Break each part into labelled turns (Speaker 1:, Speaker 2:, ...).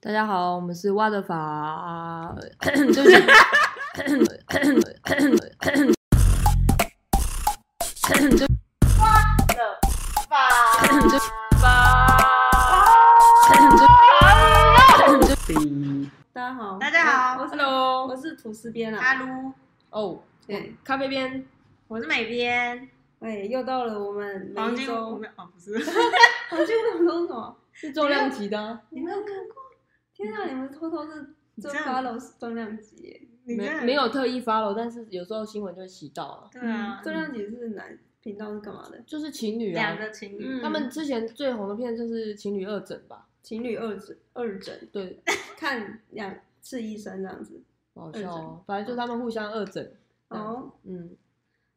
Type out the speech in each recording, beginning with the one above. Speaker 1: 大家好，我们是挖的 法，对不起，大家好，
Speaker 2: 大家好
Speaker 1: 我是
Speaker 2: Hello
Speaker 1: 我是吐司边
Speaker 2: 哈
Speaker 1: 啊，
Speaker 2: 喽，
Speaker 1: 哦，
Speaker 2: 对，
Speaker 1: 咖啡边，
Speaker 2: 我是美编
Speaker 1: 哎，又到了我们每
Speaker 2: 黄
Speaker 1: 一
Speaker 2: 金
Speaker 1: 周
Speaker 2: 五秒哦，不 是，
Speaker 1: 黄金五秒是什么？是重量级的啊，
Speaker 2: 你没有看过？
Speaker 1: 天啊，你们偷偷是就
Speaker 2: 这样
Speaker 1: follow 是重量级耶，
Speaker 2: 你
Speaker 3: 没
Speaker 2: 真的
Speaker 3: 没？有特意 follow，但是有时候新闻就会洗到啊，
Speaker 2: 对啊，
Speaker 1: 嗯重量级是哪频道是干嘛的？
Speaker 3: 就是情侣
Speaker 2: 两
Speaker 3: 啊，
Speaker 2: 个情
Speaker 1: 嗯
Speaker 2: 侣，
Speaker 3: 他们之前最红的片就是情侣二整吧，
Speaker 1: 情侣二诊二诊，
Speaker 3: 对，
Speaker 1: 看两次医生这样子。
Speaker 3: 好好笑哦，反正就他们互相二整，
Speaker 2: 啊
Speaker 1: 哦，
Speaker 3: 嗯，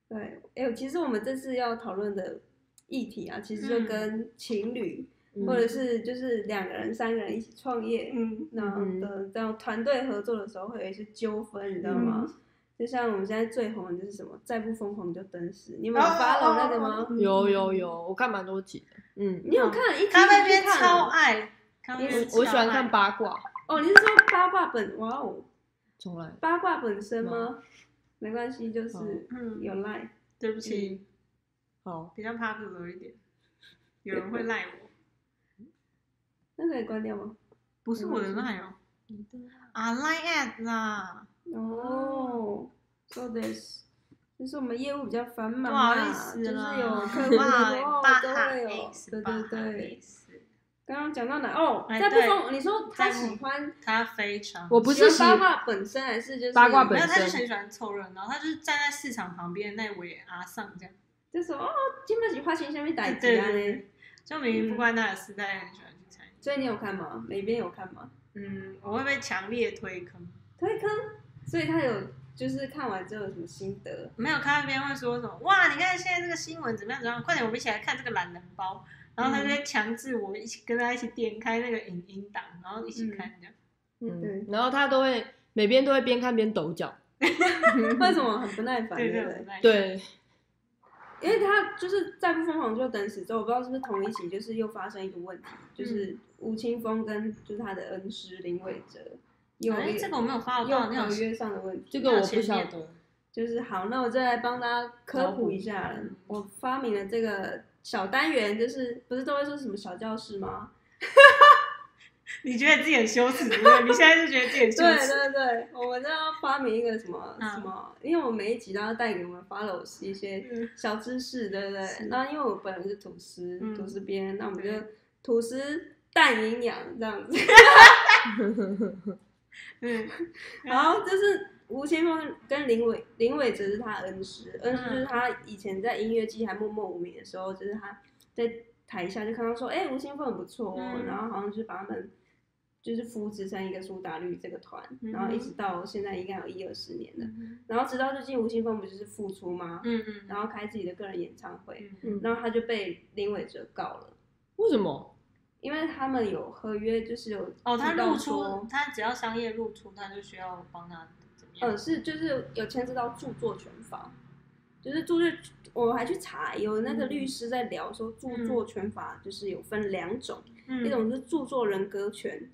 Speaker 1: 对，哎、其实我们这次要讨论的议题啊，其实就
Speaker 2: 嗯
Speaker 1: 跟情侣、
Speaker 3: 嗯
Speaker 1: 或者是就是两个人、三个人一起创业，
Speaker 2: 嗯，
Speaker 1: 那
Speaker 3: 嗯
Speaker 1: 的这样团队合作的时候会有一些纠纷，你知道吗？
Speaker 2: 嗯
Speaker 1: 就像我们现在最红的就是什么，再不疯狂就等死。你们有
Speaker 2: 哦哦哦
Speaker 1: follow 那个
Speaker 2: 哦
Speaker 1: 吗？
Speaker 3: 有有有，我看蛮多集的，嗯，
Speaker 1: 你有看一集一集
Speaker 2: 咖啡边
Speaker 1: 看哦
Speaker 2: 超爱，咖啡边
Speaker 3: 我我喜欢看
Speaker 2: 吧，
Speaker 3: 八卦，
Speaker 1: 哦？你是说八卦本？哇哦，
Speaker 3: 从来
Speaker 1: 八卦本身
Speaker 3: 嗯
Speaker 1: 吗？没关系，就是
Speaker 2: 嗯，
Speaker 1: 有嗯 lie。
Speaker 2: 对不起，
Speaker 3: 好，
Speaker 2: 比较怕这种一点，有人
Speaker 1: 嗯
Speaker 2: 会赖我，
Speaker 1: 那可以关掉吗？
Speaker 2: 不是我的赖哦，
Speaker 1: 嗯
Speaker 2: 啊赖 at 啦，
Speaker 1: 哦，so this，就是我们业务比较繁忙
Speaker 2: 不好
Speaker 1: 啊
Speaker 2: 意思
Speaker 1: 就是
Speaker 2: 啦，
Speaker 1: 有 客户
Speaker 2: 不
Speaker 1: 的
Speaker 2: 好意
Speaker 1: 时
Speaker 2: 思
Speaker 1: 候
Speaker 2: 不
Speaker 1: 都
Speaker 2: 好
Speaker 1: 会有
Speaker 2: 意，思
Speaker 1: 对
Speaker 2: 不好
Speaker 1: 对对
Speaker 2: 意。思
Speaker 1: 刚刚讲到哪？哦，
Speaker 2: 哎
Speaker 1: 在不
Speaker 2: 对
Speaker 1: 疯，你说他
Speaker 2: 在不
Speaker 1: 喜欢，
Speaker 2: 他非常
Speaker 3: 我不是
Speaker 1: 喜
Speaker 3: 喜
Speaker 1: 欢八卦本身，还是就是
Speaker 3: 八卦
Speaker 2: 没
Speaker 3: 本
Speaker 2: 有，他就
Speaker 3: 身
Speaker 2: 很喜欢凑热闹，他就是站在市场旁边那围阿上这样。
Speaker 1: 就是哦，基本是花钱下面打击
Speaker 2: 对
Speaker 1: 啊
Speaker 2: 对
Speaker 1: 嘞。
Speaker 2: 对，就明
Speaker 1: 嗯
Speaker 2: 明不关他的事，大家也很喜欢去参与。
Speaker 1: 所以你有看吗？哪边有看吗？
Speaker 2: 嗯，我会被强烈推坑。
Speaker 1: 推坑，所以他有就是看完之后有什么心得？
Speaker 2: 没有看到别人会说什么哇，你看现在这个新闻怎么样怎么样，快点我们一起来看这个懒人包。然
Speaker 1: 嗯
Speaker 2: 后他就会强制我一起跟他一起点开那个影音档，然后一起看这样。
Speaker 1: 对
Speaker 3: 嗯，然后他都会每边都会边看边抖脚，
Speaker 1: 为什么很不耐烦？
Speaker 2: 对
Speaker 1: 对
Speaker 2: 对
Speaker 1: 不
Speaker 2: 对
Speaker 1: 对？
Speaker 2: 对，
Speaker 3: 对，
Speaker 1: 因为他就是再不疯狂就等死之后，我不知道是不是同一期，就是又发生一个问题，就是
Speaker 2: 嗯
Speaker 1: 吴青峰跟就是他的恩师林伟哲有
Speaker 2: 哎，这个我没有发到，
Speaker 1: 又
Speaker 2: 你有
Speaker 1: 合约上的问题。
Speaker 3: 这个我不晓得，
Speaker 1: 就是好，那我就来帮大家科普一下了
Speaker 2: 嗯。
Speaker 1: 我发明了这个小单元，就是不是都会说什么小教室吗？
Speaker 2: 你觉得自己很羞耻，对不对？你现在就觉得自己很
Speaker 1: 对
Speaker 2: 羞耻。
Speaker 1: 对对，我们就要发明一个什么、
Speaker 2: 嗯
Speaker 1: 什么，因为我每一集都要带给我们 follow 一些
Speaker 2: 嗯
Speaker 1: 小知识，对不对？
Speaker 2: 是
Speaker 1: 那因为我本人是吐司，
Speaker 2: 嗯
Speaker 1: 吐司边，那我们就
Speaker 2: 对
Speaker 1: 吐司淡营养这样子。
Speaker 2: 嗯，
Speaker 1: 然后就是吴青峰跟林伟，林伟哲是他恩师，恩
Speaker 2: 嗯
Speaker 1: 师就是他以前在音乐季还默默无名的时候，就是他在台下就看到说，哎、吴青峰很不错哦，
Speaker 2: 嗯
Speaker 1: 然后好像就把他们就是扶植成一个苏打绿这个团，
Speaker 2: 嗯
Speaker 1: 然后一直到现在应该有一二十年了，
Speaker 2: 嗯
Speaker 1: 然后直到最近吴青峰不就是复出吗？
Speaker 2: 嗯，
Speaker 1: 然后开自己的个人演唱会，
Speaker 2: 嗯
Speaker 1: 然后他就被林伟哲告了。
Speaker 3: 为什么？
Speaker 1: 因为他们有合约，就是有
Speaker 2: 哦，他
Speaker 1: 提到
Speaker 2: 露
Speaker 1: 说
Speaker 2: 出，他只要商业露出，他就需要帮他怎么样？
Speaker 1: 呃，是就是有牵涉到著作权法，就是著作，我还去查，有那个
Speaker 2: 嗯
Speaker 1: 律师在聊说著作权法就是有分两种，
Speaker 2: 嗯
Speaker 1: 一种是著作人格权，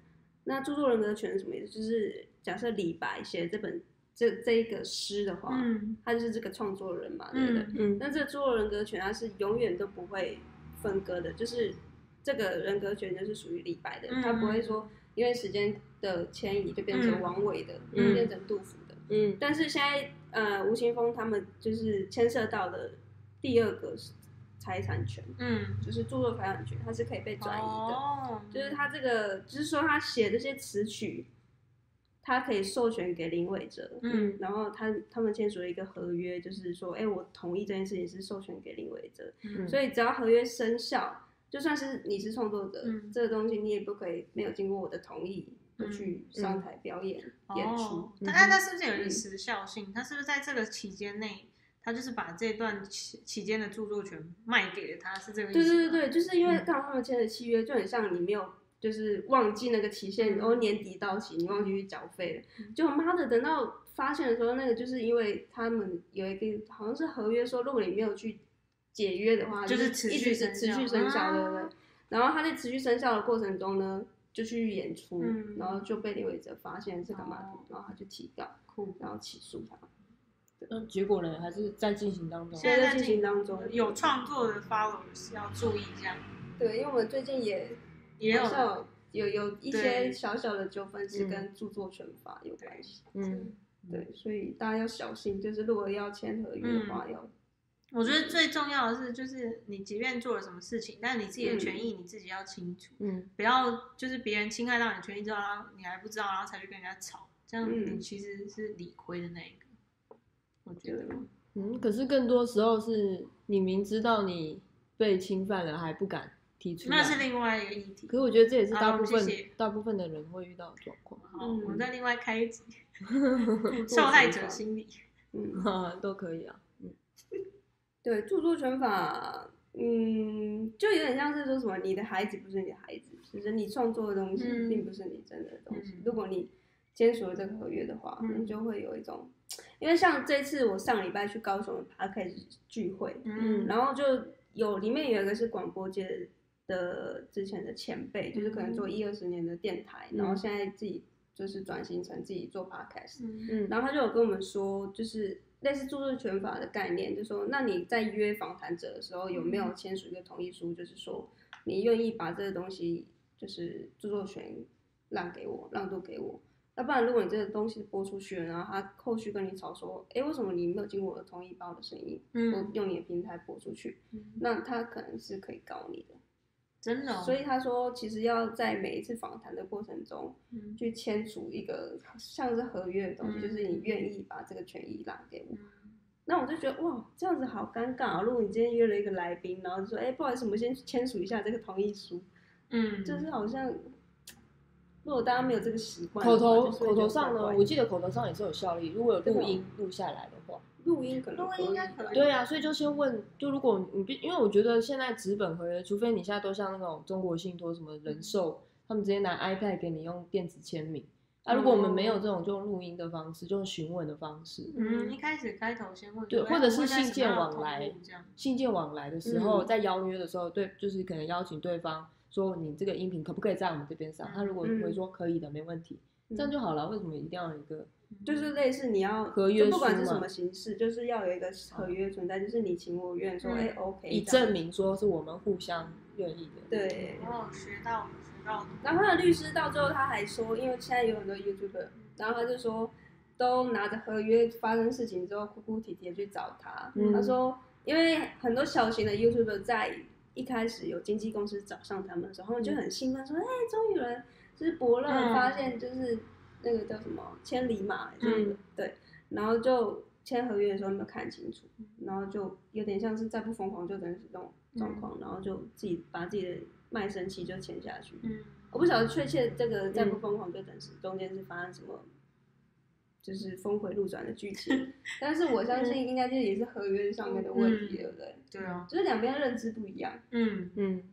Speaker 1: 那著作人格权是什么意思？就是假设李白写这本这这一个诗的话，
Speaker 2: 嗯
Speaker 1: 他就是这个创作人嘛，对不对？
Speaker 2: 嗯
Speaker 3: 嗯
Speaker 1: 那这个著作人格权它是永远都不会分割的，就是这个人格权就是属于李白的，
Speaker 2: 嗯
Speaker 1: 他不会说因为时间的迁移就变成
Speaker 2: 嗯
Speaker 1: 王维的，
Speaker 3: 嗯
Speaker 1: 变成杜甫的。
Speaker 3: 嗯
Speaker 1: 但是现在呃，吴青峰他们就是牵涉到的第二个是财产权，
Speaker 2: 嗯，
Speaker 1: 就是著作财产权，它是可以被转移的。
Speaker 2: 哦、
Speaker 1: 就是他这个，就是说他写这些词曲，他可以授权给林伟哲，
Speaker 2: 嗯
Speaker 1: 然后他他们签署了一个合约，就是说，哎、我同意这件事情是授权给林伟哲，
Speaker 2: 嗯
Speaker 1: 所以只要合约生效，就算是你是创作者，
Speaker 2: 嗯
Speaker 1: 这个东西你也不可以没有经过我的同意就
Speaker 2: 嗯
Speaker 1: 去上台表演、演出
Speaker 2: 哦。，
Speaker 3: 嗯
Speaker 2: 但
Speaker 3: 哼
Speaker 2: 它是不是有一个时效性？它是不是在这个期间内，它就是把这段期期间的著作权卖给了他？是这个意思
Speaker 1: 对
Speaker 2: 吗？
Speaker 1: 对对对，就是因为
Speaker 3: 嗯
Speaker 1: 刚好他们签的契约就很像你没有，就是忘记那个期限，
Speaker 2: 嗯
Speaker 1: 然后年底到期，你忘记去缴费了，就妈的，等到发现的时候，那个就是因为他们有一个好像是合约说，如果你没有去解约的话，
Speaker 2: 就是是持
Speaker 1: 一
Speaker 2: 续生
Speaker 1: 直是持续
Speaker 2: 效
Speaker 1: 生效，对不对
Speaker 2: 啊？
Speaker 1: 然后他在持续生效的过程中呢，就去演出，
Speaker 2: 嗯
Speaker 1: 然后就被林伟哲发现是干嘛的，
Speaker 2: 哦
Speaker 1: 然后他就提告，
Speaker 2: 酷，
Speaker 1: 然后起诉他，
Speaker 3: 那结果呢？还是在进行当中。
Speaker 2: 现在
Speaker 1: 在
Speaker 2: 在
Speaker 1: 进行当中
Speaker 2: 有创作的 followers 要注意这样，
Speaker 1: 对，因为我们最近也
Speaker 2: 也有
Speaker 1: 好像有有有一些
Speaker 2: 对
Speaker 1: 小小的纠纷是
Speaker 3: 嗯
Speaker 1: 跟著作权法有关系，
Speaker 3: 嗯，
Speaker 1: 对，所以大家要小心，就是如果要签合约的
Speaker 2: 嗯
Speaker 1: 话，要
Speaker 2: 我觉得最重要的是，就是你即便做了什么事情，但你自己的权益你自己要清楚，
Speaker 3: 嗯，
Speaker 2: 不要就是别人侵害到你的权益之后，然后你还不知道，然后才去跟人家吵，这样
Speaker 1: 嗯
Speaker 2: 你其实是理亏的那一个。我觉
Speaker 1: 对
Speaker 2: 得，
Speaker 3: 嗯，可是更多时候是你明知道你被侵犯了，还不敢提出来。
Speaker 2: 那是另外一个议题。
Speaker 3: 可是我觉得这也是
Speaker 2: 好
Speaker 3: 大部分、
Speaker 2: 谢谢
Speaker 3: 大部分的人会遇到的状况，
Speaker 2: 好，哦我们再另外开一集
Speaker 1: 著作
Speaker 2: 受害
Speaker 1: 权
Speaker 2: 者
Speaker 1: 法
Speaker 2: 心理。
Speaker 1: 嗯，
Speaker 3: 都可以啊。
Speaker 1: 对，著作权法，嗯，就有点像是说什么，你的孩子不是你的孩子，就是你创作的东西
Speaker 2: 嗯
Speaker 1: 并不是你真的东西。
Speaker 2: 嗯
Speaker 1: 如果你签署了这个合约的话，
Speaker 2: 嗯
Speaker 1: 你就会有一种，因为像这次我上礼拜去高雄的 p a r k 聚会，
Speaker 2: 嗯，
Speaker 1: 然后就有里面有一个是广播界的之前的前辈，就是可能做一二十年的电台，然后
Speaker 3: 嗯
Speaker 1: 现在自己就是转型成自己做 podcast，
Speaker 2: 嗯
Speaker 3: 嗯，
Speaker 1: 然后他就有跟我们说，就是类似著作权法的概念，就说那你在约访谈者的时候有没有签署一个同意书，就是说你愿意把这个东西就是著作权让给我，让渡给我。要不然，如果你这个东西播出去了，然后他后续跟你吵说，诶，为什么你没有经过我的同意把我的声音
Speaker 2: 嗯
Speaker 1: 我，用你的平台播出去，那他可能是可以告你的。
Speaker 2: 真的哦，
Speaker 1: 所以他说，其实要在每一次访谈的过程中，
Speaker 2: 嗯
Speaker 1: 去签署一个像是合约的东西，
Speaker 2: 嗯
Speaker 1: 就是你愿意把这个权益让给我。
Speaker 2: 嗯
Speaker 1: 那我就觉得哇，这样子好尴尬啊！如果你今天约了一个来宾，然后就说，哎、不好意思，我们先签署一下这个同意书，
Speaker 2: 嗯，
Speaker 1: 就是好像如果大家没有这个习惯
Speaker 3: 口
Speaker 1: 的话，
Speaker 3: 头
Speaker 1: 就是会
Speaker 3: 口
Speaker 1: 觉
Speaker 3: 头
Speaker 1: 得
Speaker 3: 上
Speaker 1: 怪
Speaker 3: 呢，
Speaker 1: 怪的
Speaker 3: 我记得口头上也是有效力，如果有
Speaker 1: 真的
Speaker 3: 录
Speaker 1: 哦
Speaker 3: 音录下来的话。
Speaker 1: 录音可能
Speaker 2: 录音
Speaker 1: 可以
Speaker 2: 应该可以
Speaker 3: 对啊，所以就先问，就如果你必，因为我觉得现在纸本合约，除非你现在都像那种中国信托什么
Speaker 1: 嗯
Speaker 3: 人寿，他们直接拿 iPad 给你用电子签名。啊，如果我们没
Speaker 1: 哦
Speaker 3: 有这种就用录音的方式，就用询问的方式，
Speaker 2: 嗯，一开始开头先问
Speaker 3: 对
Speaker 2: 说
Speaker 3: 或者是
Speaker 2: 哎我会在
Speaker 3: 信
Speaker 2: 什
Speaker 3: 件
Speaker 2: 么样的
Speaker 3: 往来
Speaker 2: 同步这样，
Speaker 3: 信件往来的时候，
Speaker 1: 嗯
Speaker 3: 在邀约的时候，对，就是可能邀请对方说你这个音频可不可以在我们这边上？
Speaker 2: 嗯
Speaker 3: 他如果
Speaker 1: 嗯
Speaker 3: 回说可以的，没问题，这样就好了。为什么一定要有一个？
Speaker 1: 就是类似你要
Speaker 3: 合约
Speaker 1: 就不管
Speaker 3: 书
Speaker 1: 是
Speaker 3: 嘛
Speaker 1: 什么形式，就是要有一个合约存在，就是你情我愿，说
Speaker 2: 嗯
Speaker 1: 哎、OK，
Speaker 3: 以
Speaker 1: 这样
Speaker 3: 证明说是我们互相愿意的。
Speaker 1: 对。
Speaker 2: 哦，学到学到，
Speaker 1: 然后他的律师到最后他还说，因为现在有很多 YouTuber，然后他就说都拿着合约发生事情之后哭哭啼啼的去找他，
Speaker 3: 嗯
Speaker 1: 他说因为很多小型的 YouTuber 在一开始有经纪公司找上他们的时候，他们
Speaker 3: 嗯
Speaker 1: 就很兴奋说，哎、终于有人就是伯乐
Speaker 2: 嗯
Speaker 1: 发现就是那个叫什么千里马，就是、
Speaker 3: 嗯
Speaker 1: 对，然后就签合约的时候没有看清楚，
Speaker 3: 嗯
Speaker 1: 然后就有点像是再不疯狂就等死那种
Speaker 3: 嗯
Speaker 1: 状况，然后就自己把自己的卖身契就签下去，
Speaker 2: 嗯，
Speaker 1: 我不晓得确切这个再不疯狂就等死中间是发生什么，就是峰回路转的剧情。但是我相信应该这也是合约上面的问题，
Speaker 2: 嗯
Speaker 1: 对不对？
Speaker 2: 对啊，
Speaker 1: 就是两边认知不一样。
Speaker 2: 嗯，
Speaker 3: 嗯，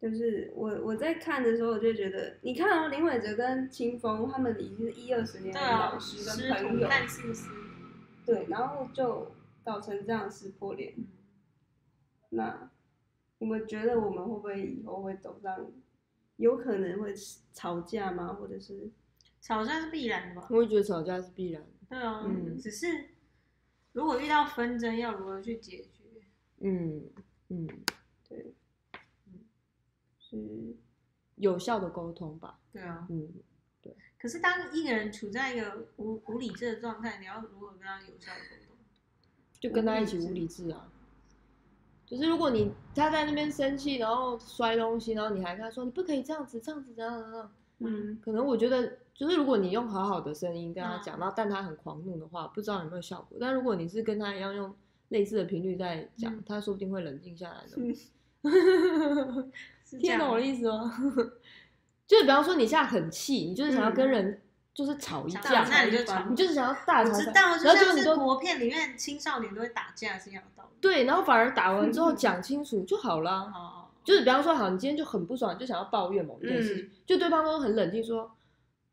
Speaker 1: 就是我我在看的时候，我就觉得，你看哦，林伟哲跟清风他们已经是一二十年的
Speaker 2: 对啊
Speaker 1: 老，师
Speaker 2: 师
Speaker 1: 跟朋
Speaker 2: 徒
Speaker 1: 友，
Speaker 2: 看是不是？
Speaker 1: 对，然后就搞成这样撕破脸。
Speaker 2: 嗯
Speaker 1: 那你们觉得我们会不会以后会走上，有可能会吵架吗？或者是？
Speaker 2: 吵架是必然的吧？
Speaker 3: 我也觉得吵架是必然的。
Speaker 2: 对啊，
Speaker 3: 嗯
Speaker 2: 只是如果遇到纷争要如何去解决？
Speaker 3: 嗯嗯，
Speaker 1: 对，嗯，
Speaker 3: 有效的沟通吧。
Speaker 2: 对啊，
Speaker 3: 嗯，
Speaker 2: 可是当一个人处在一个无无理智的状态，你要如何跟他有效沟通？
Speaker 3: 就跟他一起无理智啊。就是如果你他在那边生气，然后摔东西，然后你还跟他说你不可以这样子，这样子，这样子，这样，
Speaker 1: 嗯
Speaker 3: 可能我觉得就是如果你用好好的声音跟他
Speaker 2: 嗯
Speaker 3: 讲，然后但他很狂怒的话，不知道有没有效果。但如果你是跟他一样用类似的频率在讲，
Speaker 2: 嗯
Speaker 3: 他说不定会冷静下来的。
Speaker 2: 是这
Speaker 3: 听
Speaker 2: 样
Speaker 3: 懂我的意思吗？ 就是比方说你现在很气，你就是想要跟人就是吵一
Speaker 2: 嗯吵
Speaker 3: 架，
Speaker 2: 那你就吵
Speaker 3: 你就是想要大吵
Speaker 2: 我
Speaker 3: 一
Speaker 2: 知
Speaker 3: 架，
Speaker 2: 道，就
Speaker 3: 然后结果
Speaker 2: 像
Speaker 3: 你
Speaker 2: 是
Speaker 3: 都
Speaker 2: 国片里面青少年都会打架是一样的道理。
Speaker 3: 对，然后反而打完之后讲清楚就好啦。
Speaker 2: 哦，
Speaker 3: 就是比方说，好，你今天就很不爽，你就想要抱怨某一件事情，
Speaker 1: 嗯
Speaker 3: 就对方都很冷静说，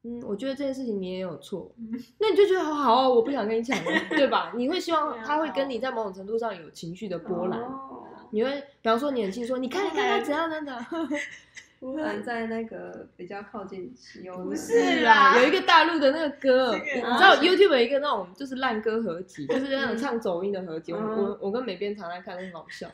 Speaker 3: 嗯，我觉得这件事情你也有错，
Speaker 2: 嗯
Speaker 3: 那你就觉得好好哦，我不想跟你讲了，对吧？你会希望
Speaker 2: 对啊
Speaker 3: 他会跟你在某种程度上有情绪的波澜，
Speaker 1: 哦
Speaker 3: 你会比方说你很气说，你看你看
Speaker 2: 波
Speaker 3: 他
Speaker 2: 澜
Speaker 3: 怎样怎样，不
Speaker 1: 反在那个比较靠近西欧的，
Speaker 2: 不
Speaker 3: 是
Speaker 2: 啦
Speaker 3: 啦，有一个大陆的那个歌，
Speaker 2: 这个
Speaker 3: 你知道 YouTube 有一个那种就是烂歌合集，就是那种唱走音的合集。我
Speaker 1: 嗯
Speaker 3: 我我跟美编常来看，很搞笑。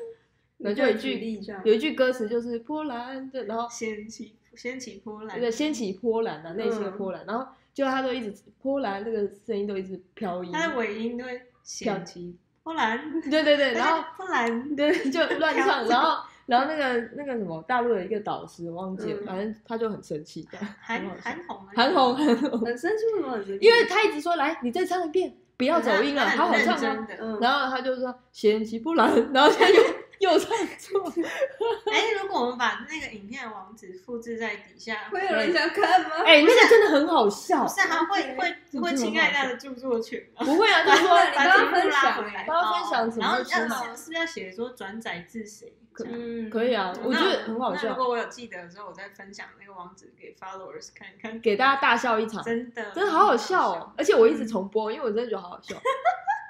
Speaker 1: 你
Speaker 3: 然后就有一
Speaker 1: 举
Speaker 3: 句
Speaker 1: 例这样，
Speaker 3: 有一句歌词就是波兰的，然后
Speaker 2: 掀起掀起波澜，
Speaker 3: 那个掀起波澜啊，内心
Speaker 2: 嗯
Speaker 3: 的波澜，然后就他都一直波兰这个声音都一直飘移，
Speaker 2: 它的尾音都会
Speaker 3: 飘
Speaker 2: 掀起
Speaker 3: 起，
Speaker 2: 波澜，
Speaker 3: 对对对，然后
Speaker 2: 波澜
Speaker 3: 对，就乱
Speaker 2: 跳
Speaker 3: 唱，然后然后那个那个什么大陆的一个导师我忘记了
Speaker 2: 嗯，
Speaker 3: 反正他就很生气，这样很好笑
Speaker 2: 韩韩红啊
Speaker 3: 韩红，韩红，
Speaker 1: 很生气为什么很生气？
Speaker 3: 因为他一直说来，你再唱一遍，不要走音了，
Speaker 2: 他
Speaker 3: 好好
Speaker 2: 很认
Speaker 3: 唱
Speaker 2: 真
Speaker 3: 啊。
Speaker 2: 的。
Speaker 1: 嗯，
Speaker 3: 然后他就说嫌弃不然，然后他 又又唱错，
Speaker 2: 哎，如果我们把那个影片的网址复制在底下，
Speaker 1: 会有人想看吗？
Speaker 3: 哎，那个真的很好笑
Speaker 2: 不，是他会会会侵害他的著作权 吗？
Speaker 3: 不会啊，他
Speaker 2: 把
Speaker 3: 说
Speaker 1: 对
Speaker 2: 把题
Speaker 1: 你帮他
Speaker 2: 目
Speaker 1: 分
Speaker 2: 拉
Speaker 1: 享
Speaker 2: 回来，哦
Speaker 3: 帮他分享怎么
Speaker 2: 然后
Speaker 3: 出嘛
Speaker 2: 要是不是要写说转载至谁？
Speaker 3: 可
Speaker 2: 这样
Speaker 1: 嗯，
Speaker 3: 可以啊，我觉得很好
Speaker 2: 那如
Speaker 3: 笑，
Speaker 2: 果我有记得的时候，我再分享那个网址给 followers 看看，
Speaker 3: 给大家大笑一场，
Speaker 2: 真的
Speaker 3: 真的好好笑哦。。而且我一直重播，因为我真的觉得好好笑，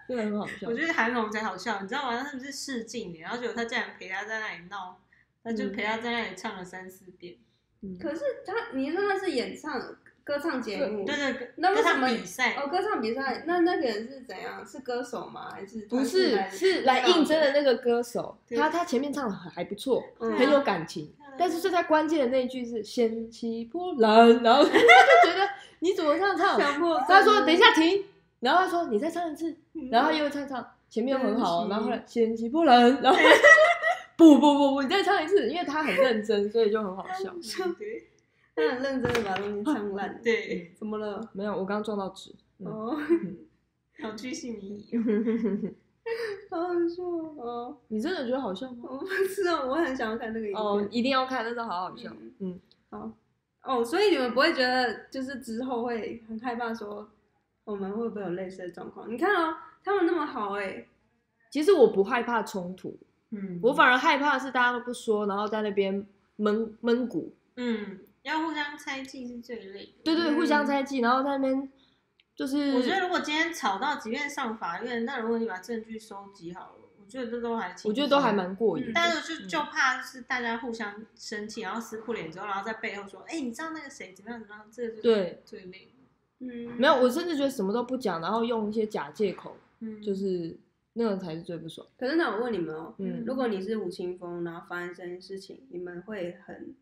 Speaker 3: 真的很好笑
Speaker 2: 我。觉得韩红才好笑，你知道吗？他们是试镜，然后结果他竟然陪他在那里闹，他就
Speaker 3: 嗯
Speaker 2: 陪他在那里唱了三四遍。
Speaker 3: 嗯
Speaker 1: 可是他，你说那是演唱歌唱节
Speaker 3: 嗯
Speaker 1: 目，
Speaker 2: 对对对，
Speaker 1: 那为
Speaker 2: 跟
Speaker 1: 什
Speaker 2: 他
Speaker 1: 么
Speaker 2: 比赛
Speaker 1: 哦，歌唱比赛，那那个人是怎样？是歌手吗？还是
Speaker 3: 不是，是来应征的那个歌手，
Speaker 2: 对
Speaker 3: 他他前面唱的还不错，
Speaker 1: 嗯
Speaker 3: 很有感情
Speaker 2: 对啊，
Speaker 3: 但是最在关键的那一句是“掀起波澜”，然后 他就觉得你怎么这样唱？
Speaker 1: 强迫嗯症
Speaker 3: 他说等一下停，然后他说你再唱一次，然后他又唱唱，前面又很好
Speaker 1: 嗯
Speaker 3: 哦，然后后来“掀起波澜”，然后 不不不不，你再唱一次，因为他很认真，所以就很好笑。
Speaker 1: 嗯
Speaker 2: 对
Speaker 1: 他很认真的把东西 唱烂，
Speaker 2: 对，
Speaker 1: 怎么了？
Speaker 3: 没有，我刚撞到纸。嗯
Speaker 1: 哦，
Speaker 2: 好居心迷疑。
Speaker 1: 好好笑哦！
Speaker 3: 你真的觉得好笑吗？
Speaker 1: 我不知道，我很想要看那个影
Speaker 3: 哦，
Speaker 1: 片。
Speaker 3: 一定要看，真的好好笑。嗯，
Speaker 1: 好哦，所以你们不会觉得就是之后会很害怕说我们会不会有类似的状况？你看哦，他们那么好哎，
Speaker 3: 其实我不害怕冲突，
Speaker 2: 嗯
Speaker 3: 我反而害怕是大家都不说，然后在那边闷闷鼓，
Speaker 2: 嗯，要互相猜忌是最累的。
Speaker 3: 对对，
Speaker 1: 嗯
Speaker 3: 互相猜忌，然后在那边就是，
Speaker 2: 我觉得如果今天吵到，即便上法院，那如果你把证据收集好了，我觉得这都还，
Speaker 3: 我觉得都还。蛮过瘾
Speaker 1: 嗯
Speaker 3: 的。
Speaker 2: 但是就
Speaker 3: 嗯
Speaker 2: 就怕是大家互相生气，然后撕破脸之后，然后在背后说，哎、你知道那个谁怎么样怎么样，这个就是
Speaker 3: 对
Speaker 2: 最累的。
Speaker 1: 嗯，
Speaker 3: 没有，我甚至觉得什么都不讲，然后用一些假借口，
Speaker 2: 嗯，
Speaker 3: 就是那个才是最不爽。
Speaker 1: 可是那我问你们哦，
Speaker 3: 嗯
Speaker 1: 如果你是吴青峰，然后发生这件事情，你们会很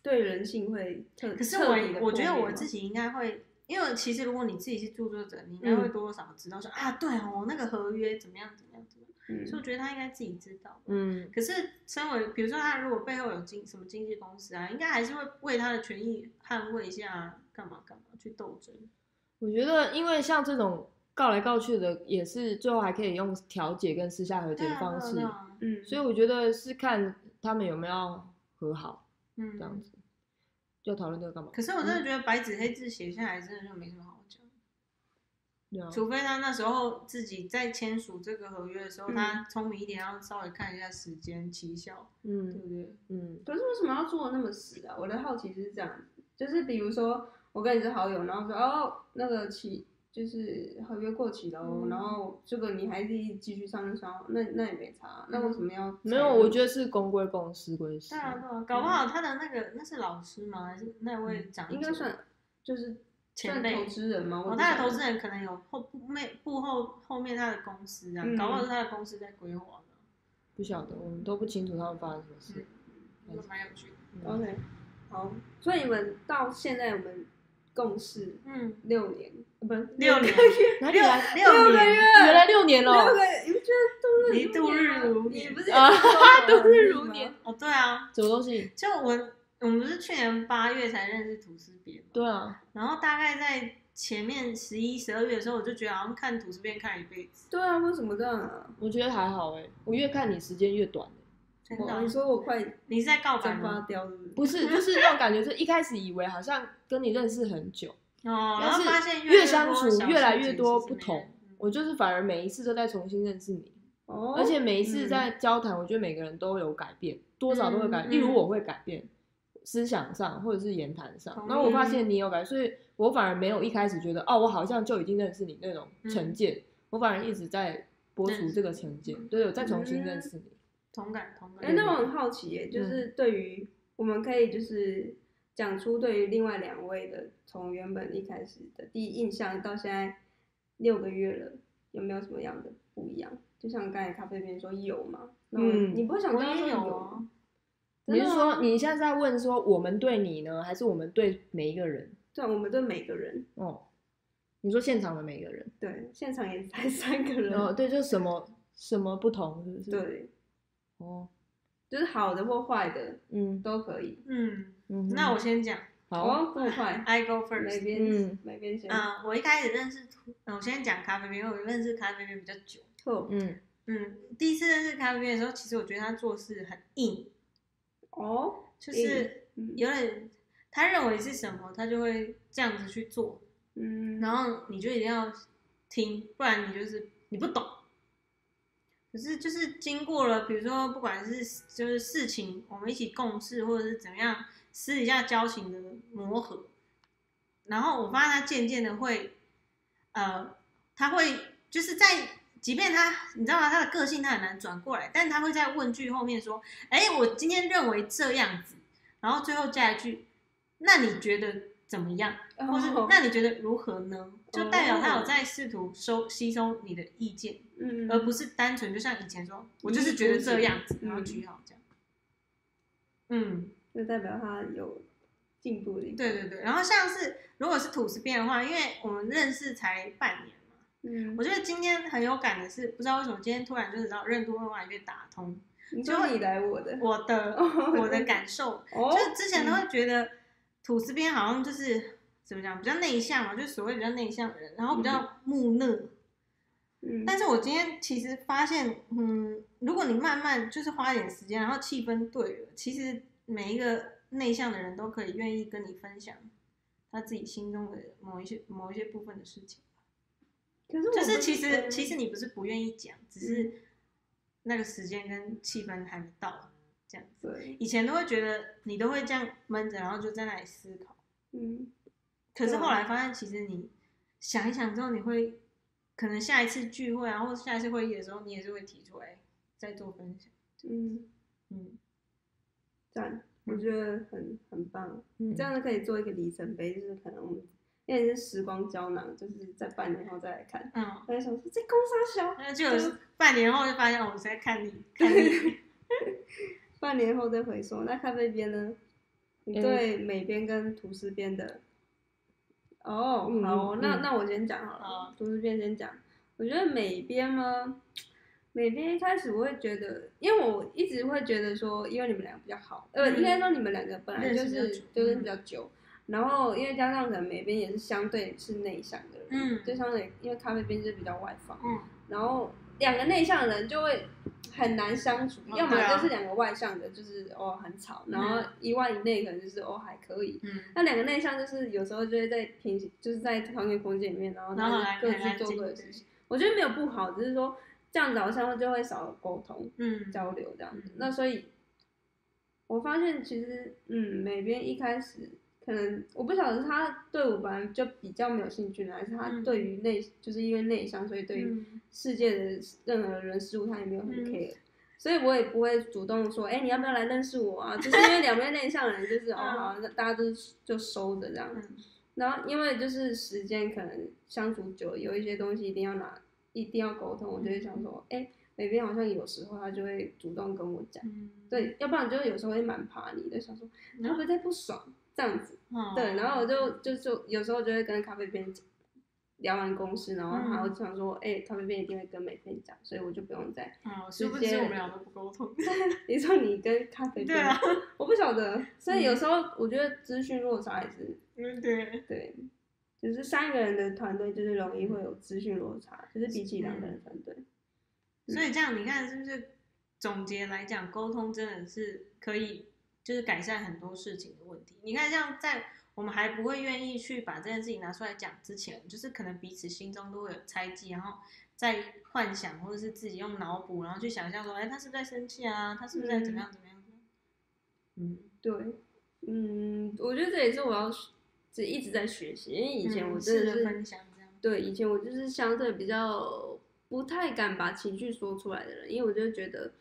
Speaker 1: 对人性会特
Speaker 2: 可是
Speaker 1: 彻底地
Speaker 2: 我我觉得
Speaker 1: 破灭
Speaker 2: 我
Speaker 1: 吗
Speaker 2: 自己应该会，因为其实如果你自己是著作者，你应该
Speaker 3: 嗯
Speaker 2: 会多多少少知道说、啊，对哦，那个合约怎么样怎么样怎么样，
Speaker 1: 嗯
Speaker 2: 所以我觉得他应该自己知道。
Speaker 3: 嗯，
Speaker 2: 可是，身为比如说他如果背后有经什么经纪公司啊，应该还是会为他的权益捍卫一下啊，干嘛干嘛去斗争。
Speaker 3: 我觉得因为像这种告来告去的，也是最后还可以用调解跟私下和解
Speaker 2: 对
Speaker 3: 的
Speaker 2: 啊，
Speaker 3: 方式
Speaker 2: 对，啊，
Speaker 1: 嗯，
Speaker 3: 所以我觉得是看他们有没有要和好
Speaker 2: 对啊
Speaker 3: 这样
Speaker 2: 嗯。
Speaker 3: 子。要讨论这个干嘛？
Speaker 2: 可是我真的觉得白纸黑字写下来，真的就没什么好讲。
Speaker 3: 对啊
Speaker 2: 除非他那时候自己在签署这个合约的时候，
Speaker 1: 嗯
Speaker 2: 他聪明一点，要稍微看一下时间期效，对
Speaker 3: 嗯
Speaker 2: 不对？
Speaker 3: 嗯，
Speaker 1: 可是为什么要做的那么死啊？我的好奇是这样子，就是比如说我跟你是好友，然后说哦那个期就是合约过期了哦、
Speaker 2: 嗯
Speaker 1: 然后这个你还是继续上就上，那那也没差啊，
Speaker 2: 嗯
Speaker 1: 那为什么要？
Speaker 3: 没有，我觉得是公归公，私归私
Speaker 2: 对。啊，对啊，搞不好他的那个那是老师吗？还是那位长者
Speaker 1: 应该算就是
Speaker 2: 前
Speaker 1: 算
Speaker 2: 辈
Speaker 1: 投资人吗？
Speaker 2: 哦，
Speaker 1: 我不
Speaker 2: 他的
Speaker 1: 晓得
Speaker 2: 投资人可能有后面幕后后面他的公司啊，
Speaker 1: 嗯
Speaker 2: 搞不好是他的公司在规划的，
Speaker 3: 不晓得，我们都不清楚他们发生什么事。
Speaker 2: 那蛮有趣的。
Speaker 3: 嗯
Speaker 1: OK，好，所以你们到现在我们共事
Speaker 2: 嗯，
Speaker 1: 六年，呃不是
Speaker 2: 六
Speaker 1: 个
Speaker 2: 年
Speaker 1: 月，
Speaker 3: 哪里来？
Speaker 2: 六
Speaker 1: 个
Speaker 2: 年
Speaker 1: 月，
Speaker 3: 原来六年
Speaker 1: 六
Speaker 3: 了
Speaker 1: 个，月，你不觉得度日
Speaker 2: 你度日如
Speaker 1: 年吗，
Speaker 2: 年
Speaker 1: 你不是
Speaker 3: 啊
Speaker 1: 度
Speaker 3: 度日如年？
Speaker 2: 哦，对啊，
Speaker 3: 什么东西？
Speaker 2: 就我我们不是去年八月才认识吐司边嘛，
Speaker 3: 对啊，
Speaker 2: 然后大概在前面十一、十二月的时候，我就觉得好像看吐司边看一辈子，
Speaker 1: 对啊，为什么这样啊？
Speaker 3: 我觉得还好哎，我越看你时间越短。欸
Speaker 2: 真的嗯
Speaker 1: 我
Speaker 2: 哦
Speaker 1: 你。说我快
Speaker 2: 你是在告白
Speaker 1: 蒸发
Speaker 2: 吗？
Speaker 1: 掉是不是？
Speaker 3: 不是，就是那种感觉，是一开始以为好像跟你认识很久，
Speaker 2: 哦，然
Speaker 3: 但
Speaker 2: 后
Speaker 3: 是
Speaker 2: 发现
Speaker 3: 越
Speaker 2: 来
Speaker 3: 相
Speaker 2: 多
Speaker 3: 处
Speaker 2: 小
Speaker 3: 越来
Speaker 2: 事
Speaker 3: 越
Speaker 2: 情
Speaker 3: 多
Speaker 2: 其实
Speaker 3: 不
Speaker 2: 没
Speaker 3: 同
Speaker 2: 人嗯
Speaker 3: 我就是反而每一次都在重新认识你，
Speaker 1: 哦，
Speaker 3: 而且每一次在交谈，我觉得每个人都有改变，多少都会改
Speaker 2: 嗯
Speaker 3: 例如我会改变。思想上或者是言谈上
Speaker 2: 同，意
Speaker 3: 然后我发现你有改，所以我反而没有一开始觉得哦，我好像就已经认识你那种成见，我反而一直在剥除这个成见，对，我再重新认识你。
Speaker 1: 哎
Speaker 2: 同感同感。
Speaker 3: 嗯
Speaker 1: 哎、那我很好奇耶，就是对于我们可以就是讲出对于另外两位的，从原本一开始的第一印象到现在六个月了，有没有什么样的不一样？就像刚才咖啡边说有嘛，那我
Speaker 3: 嗯
Speaker 1: 你不会想跟他说
Speaker 2: 我也有
Speaker 1: 有
Speaker 2: 啊，
Speaker 3: 你是
Speaker 1: 真的吗
Speaker 3: 说你现在在问说我们对你呢，还是我们对每一个人？
Speaker 1: 对，啊我们对每个人，
Speaker 3: 哦，你说现场的每一个人，
Speaker 1: 对，现场也才 三个人，
Speaker 3: 哦，对，就什么什么不同，是不是？，
Speaker 1: 对，
Speaker 3: 哦，
Speaker 1: 就是好的或坏的
Speaker 3: 嗯
Speaker 1: 都可以。
Speaker 2: 嗯，
Speaker 3: 嗯哼，
Speaker 2: 那我先讲
Speaker 3: 好啊，
Speaker 1: 哦，这么快，
Speaker 2: ，I go
Speaker 1: 哪
Speaker 2: first。
Speaker 1: 边
Speaker 3: 嗯
Speaker 1: 哪边先？
Speaker 2: 嗯、我一开始认识图，呃我先讲咖啡边，因为我认识咖啡边比较久。
Speaker 1: 错
Speaker 3: 嗯
Speaker 2: 嗯，第一次认识咖啡边的时候，其实我觉得他做事很硬，
Speaker 1: 哦，
Speaker 2: 就是
Speaker 1: 嗯
Speaker 2: 有点他认为是什么，他就会这样子去做，
Speaker 1: 嗯，
Speaker 2: 然后你就一定要听，不然你就是你不懂。可是就是经过了，比如说不管是就是事情，我们一起共事，或者是怎么样，私底下交情的磨合，然后我发现他渐渐的会，呃，他会就是在，即便他你知道吗？他的个性他很难转过来，但他会在问句后面说，哎，我今天认为这样子，然后最后加一句，那你觉得怎么样？或是
Speaker 1: 哦
Speaker 2: 那你觉得如何呢？就代表他有在试图收吸收你的意见，
Speaker 1: 嗯，
Speaker 2: 而不是单纯就像以前说，我就是觉得这样子，
Speaker 1: 嗯
Speaker 2: 然后句号这样。嗯，
Speaker 1: 就代表他有进步的一个，
Speaker 2: 对对对。然后像是如果是吐司边的话，因为我们认识才半年嘛，
Speaker 1: 嗯
Speaker 2: 我，觉得今天很有感的是，不知道为什么今天突然就是让任督二脉被打通，
Speaker 1: 你说你来我的，
Speaker 2: 我的我的感受
Speaker 1: 哦，
Speaker 2: 就是之前都会觉得吐司边好像就是怎么讲，比较内向嘛，就是所谓比较内向的人，然后比较木讷。
Speaker 1: 嗯，
Speaker 2: 但是我今天其实发现，嗯，如果你慢慢就是花一点时间，然后气氛对了，其实每一个内向的人都可以愿意跟你分享他自己心中的某一些某一些部分的事情。
Speaker 1: 可嗯是我
Speaker 2: 就是
Speaker 1: 不
Speaker 2: 其实
Speaker 1: 嗯
Speaker 2: 其实你不是不愿意讲，只是那个时间跟气氛还没到，这样子。
Speaker 1: 对，
Speaker 2: 以前都会觉得你都会这样闷着，然后就在那里思考。
Speaker 1: 嗯，
Speaker 2: 可是
Speaker 1: 对
Speaker 2: 后来发现，其实你想一想之后，你会可能下一次聚会啊，或者下一次会议的时候，你也是会提出来再做分享。
Speaker 1: 嗯，
Speaker 2: 嗯，
Speaker 1: 赞，我觉得很很棒，
Speaker 3: 嗯
Speaker 1: 这样可以做一个里程碑，就是可能我们因为是时光胶囊，就是在半年后再来看，
Speaker 2: 嗯，
Speaker 1: 我在想说这工商小，
Speaker 2: 那就
Speaker 1: 就是
Speaker 2: 有半年后就发现哦我在看你，看你，
Speaker 1: 半年后再回收，那咖啡边呢？你
Speaker 3: 嗯
Speaker 1: 对美边跟吐司边的，哦，
Speaker 3: 嗯
Speaker 1: 好哦，那
Speaker 3: 嗯
Speaker 1: 那我先讲好了
Speaker 2: 好，
Speaker 1: 吐司边先讲。我觉得美边吗？美边一开始我会觉得，因为我一直会觉得说，因为你们两个比较好，呃，
Speaker 2: 嗯
Speaker 1: 应该说你们两个本来就
Speaker 2: 认识比较
Speaker 1: 是
Speaker 2: 久
Speaker 1: 就是比较久，然后因为加上可能美边也是相对是内向的人，
Speaker 2: 嗯
Speaker 1: 就相对因为咖啡边就是比较外放，
Speaker 2: 嗯，
Speaker 1: 然后两个内向的人就会很难相处，
Speaker 2: 哦
Speaker 1: 要么
Speaker 2: 对啊
Speaker 1: 就是两个外向的，就是哦很吵，然后一万以内可能就是哦还可以。
Speaker 2: 嗯，
Speaker 1: 那两个内向就是有时候就会在平行，就是在同一个空间里面，然后
Speaker 2: 然后
Speaker 1: 他
Speaker 2: 来
Speaker 1: 就各
Speaker 2: 很安
Speaker 1: 自做各的
Speaker 2: 静
Speaker 1: 事情。我觉得没有不好，只是说这样子好像就会少沟通
Speaker 2: 嗯，
Speaker 1: 交流这样子
Speaker 2: 嗯。
Speaker 1: 那所以我发现其实嗯，美边一开始可能我不晓得是他对我本来就比较没有兴趣呢，还是他
Speaker 2: 嗯
Speaker 1: 对于内、就是因为内向，所以对于
Speaker 2: 嗯
Speaker 1: 世界的任何人事物，他也没有很
Speaker 2: 嗯
Speaker 1: care，、所以我也不会主动说，哎、你要不要来认识我啊？就是因为两边内向人就是哦
Speaker 2: 嗯
Speaker 1: 好，那大家都是就收着这样子。
Speaker 2: 嗯
Speaker 1: 然后因为就是时间可能相处久了，有一些东西一定要拿，一定要沟通，我就会想说，哎、美边好像有时候他就会主动跟我讲，
Speaker 2: 嗯，
Speaker 1: 对，要不然就是有时候会蛮怕你的，想说你会不会在不爽这样子。
Speaker 2: 哦，
Speaker 1: 对，然后我就就就有时候就会跟咖啡边讲，聊完公司，然后
Speaker 2: 嗯
Speaker 1: 然后想说，哎、咖啡边一定会跟美边讲，所以我就不用再。
Speaker 2: 哦，
Speaker 1: 直
Speaker 2: 殊不知
Speaker 1: 接
Speaker 2: 我们俩都不沟通，
Speaker 1: 你说你跟咖啡
Speaker 2: 对
Speaker 1: 边，
Speaker 2: 啊，
Speaker 1: 我不晓 得，所以有时候我觉得资讯落差也是
Speaker 2: 嗯，对，
Speaker 1: 对，就是三个人的团队就是容易会有资讯落差，就是比起两个人的团队，
Speaker 2: 嗯所以这样你看是不是总结来讲，沟通真的是可以就是改善很多事情的问题。你看，像在我们还不会愿意去把这件事情拿出来讲之前，就是可能彼此心中都会有猜忌，然后再幻想或者是自己用脑补，然后去想象说，哎，他是不是在生气啊？他是不是在怎么样怎么样？嗯
Speaker 1: 对，嗯，我觉得这也是我要这一直在学习，因为以前我真的
Speaker 2: 嗯试着
Speaker 1: 是
Speaker 2: 分享这样，
Speaker 1: 对，以前我就是相对比较不太敢把情绪说出来的人，因为我就觉得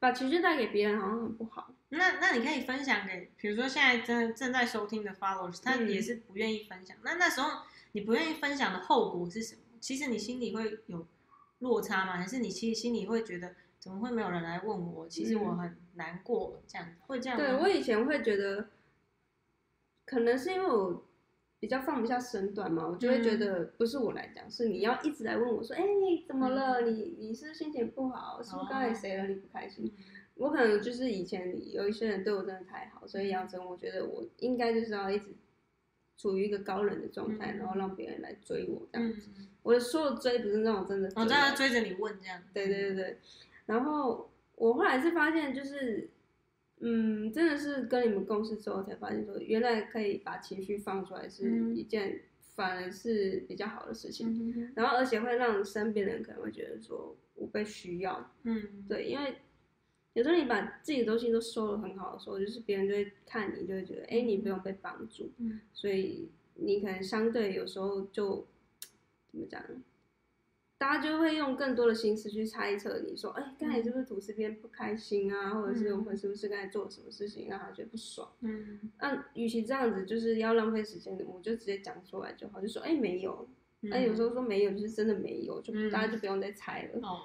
Speaker 1: 把情绪带给别人好像很不好，
Speaker 2: 那那你可以分享给，比如说现在正正在收听的 followers，他
Speaker 1: 嗯
Speaker 2: 也是不愿意分享。那那时候你不愿意分享的后果是什么？其实你心里会有落差吗？还是你其实心里会觉得怎么会没有人来问我？其实我很难过，这样会这样吗？
Speaker 1: 嗯对我以前会觉得，可能是因为我比较放不下身段嘛，我就
Speaker 2: 嗯
Speaker 1: 会觉得不是我来讲，是你要一直来问我说，哎、你怎么
Speaker 2: 嗯
Speaker 1: 了？你你是不是心情不好？是不是刚
Speaker 2: 哦
Speaker 1: 才谁惹你不开心？我可能就是以前有一些人对我真的太好，所以养成我觉得我应该就是要一直处于一个高冷的状态，
Speaker 2: 嗯
Speaker 1: 然后让别人来追我这样。
Speaker 2: 嗯，嗯，
Speaker 1: 我的所有追不是那种真的追
Speaker 2: 我
Speaker 1: 来
Speaker 2: 知
Speaker 1: 的，
Speaker 2: 道哦追着你问这样。
Speaker 1: 对对对对，然后我后来是发现，就是，嗯，真的是跟你们共事之后才发现说，原来可以把情绪放出来是
Speaker 2: 嗯
Speaker 1: 一件反而是比较好的事情，
Speaker 2: 嗯
Speaker 1: 然后而且会让身边人可能会觉得说我被需要，
Speaker 2: 嗯，
Speaker 1: 对，因为有时候你把自己的东西都收的很好的时候，就是别人就会看你，就会觉得，哎，你不用被帮助，
Speaker 2: 嗯
Speaker 1: 所以你可能相对有时候就怎么讲，大家就会用更多的心思去猜测你说，哎、刚才是不是吐司边不开心啊，或者是
Speaker 2: 嗯
Speaker 1: 我们是不是刚才做了什么事情让他觉得不爽？
Speaker 2: 嗯
Speaker 1: 那、与其这样子，就是要浪费时间的，我就直接讲出来就好，就说，哎、没有。
Speaker 2: 嗯
Speaker 1: 那、有时候说没有，就是真的没有，就、
Speaker 2: 嗯
Speaker 1: 大家就不用再猜了。
Speaker 2: 哦，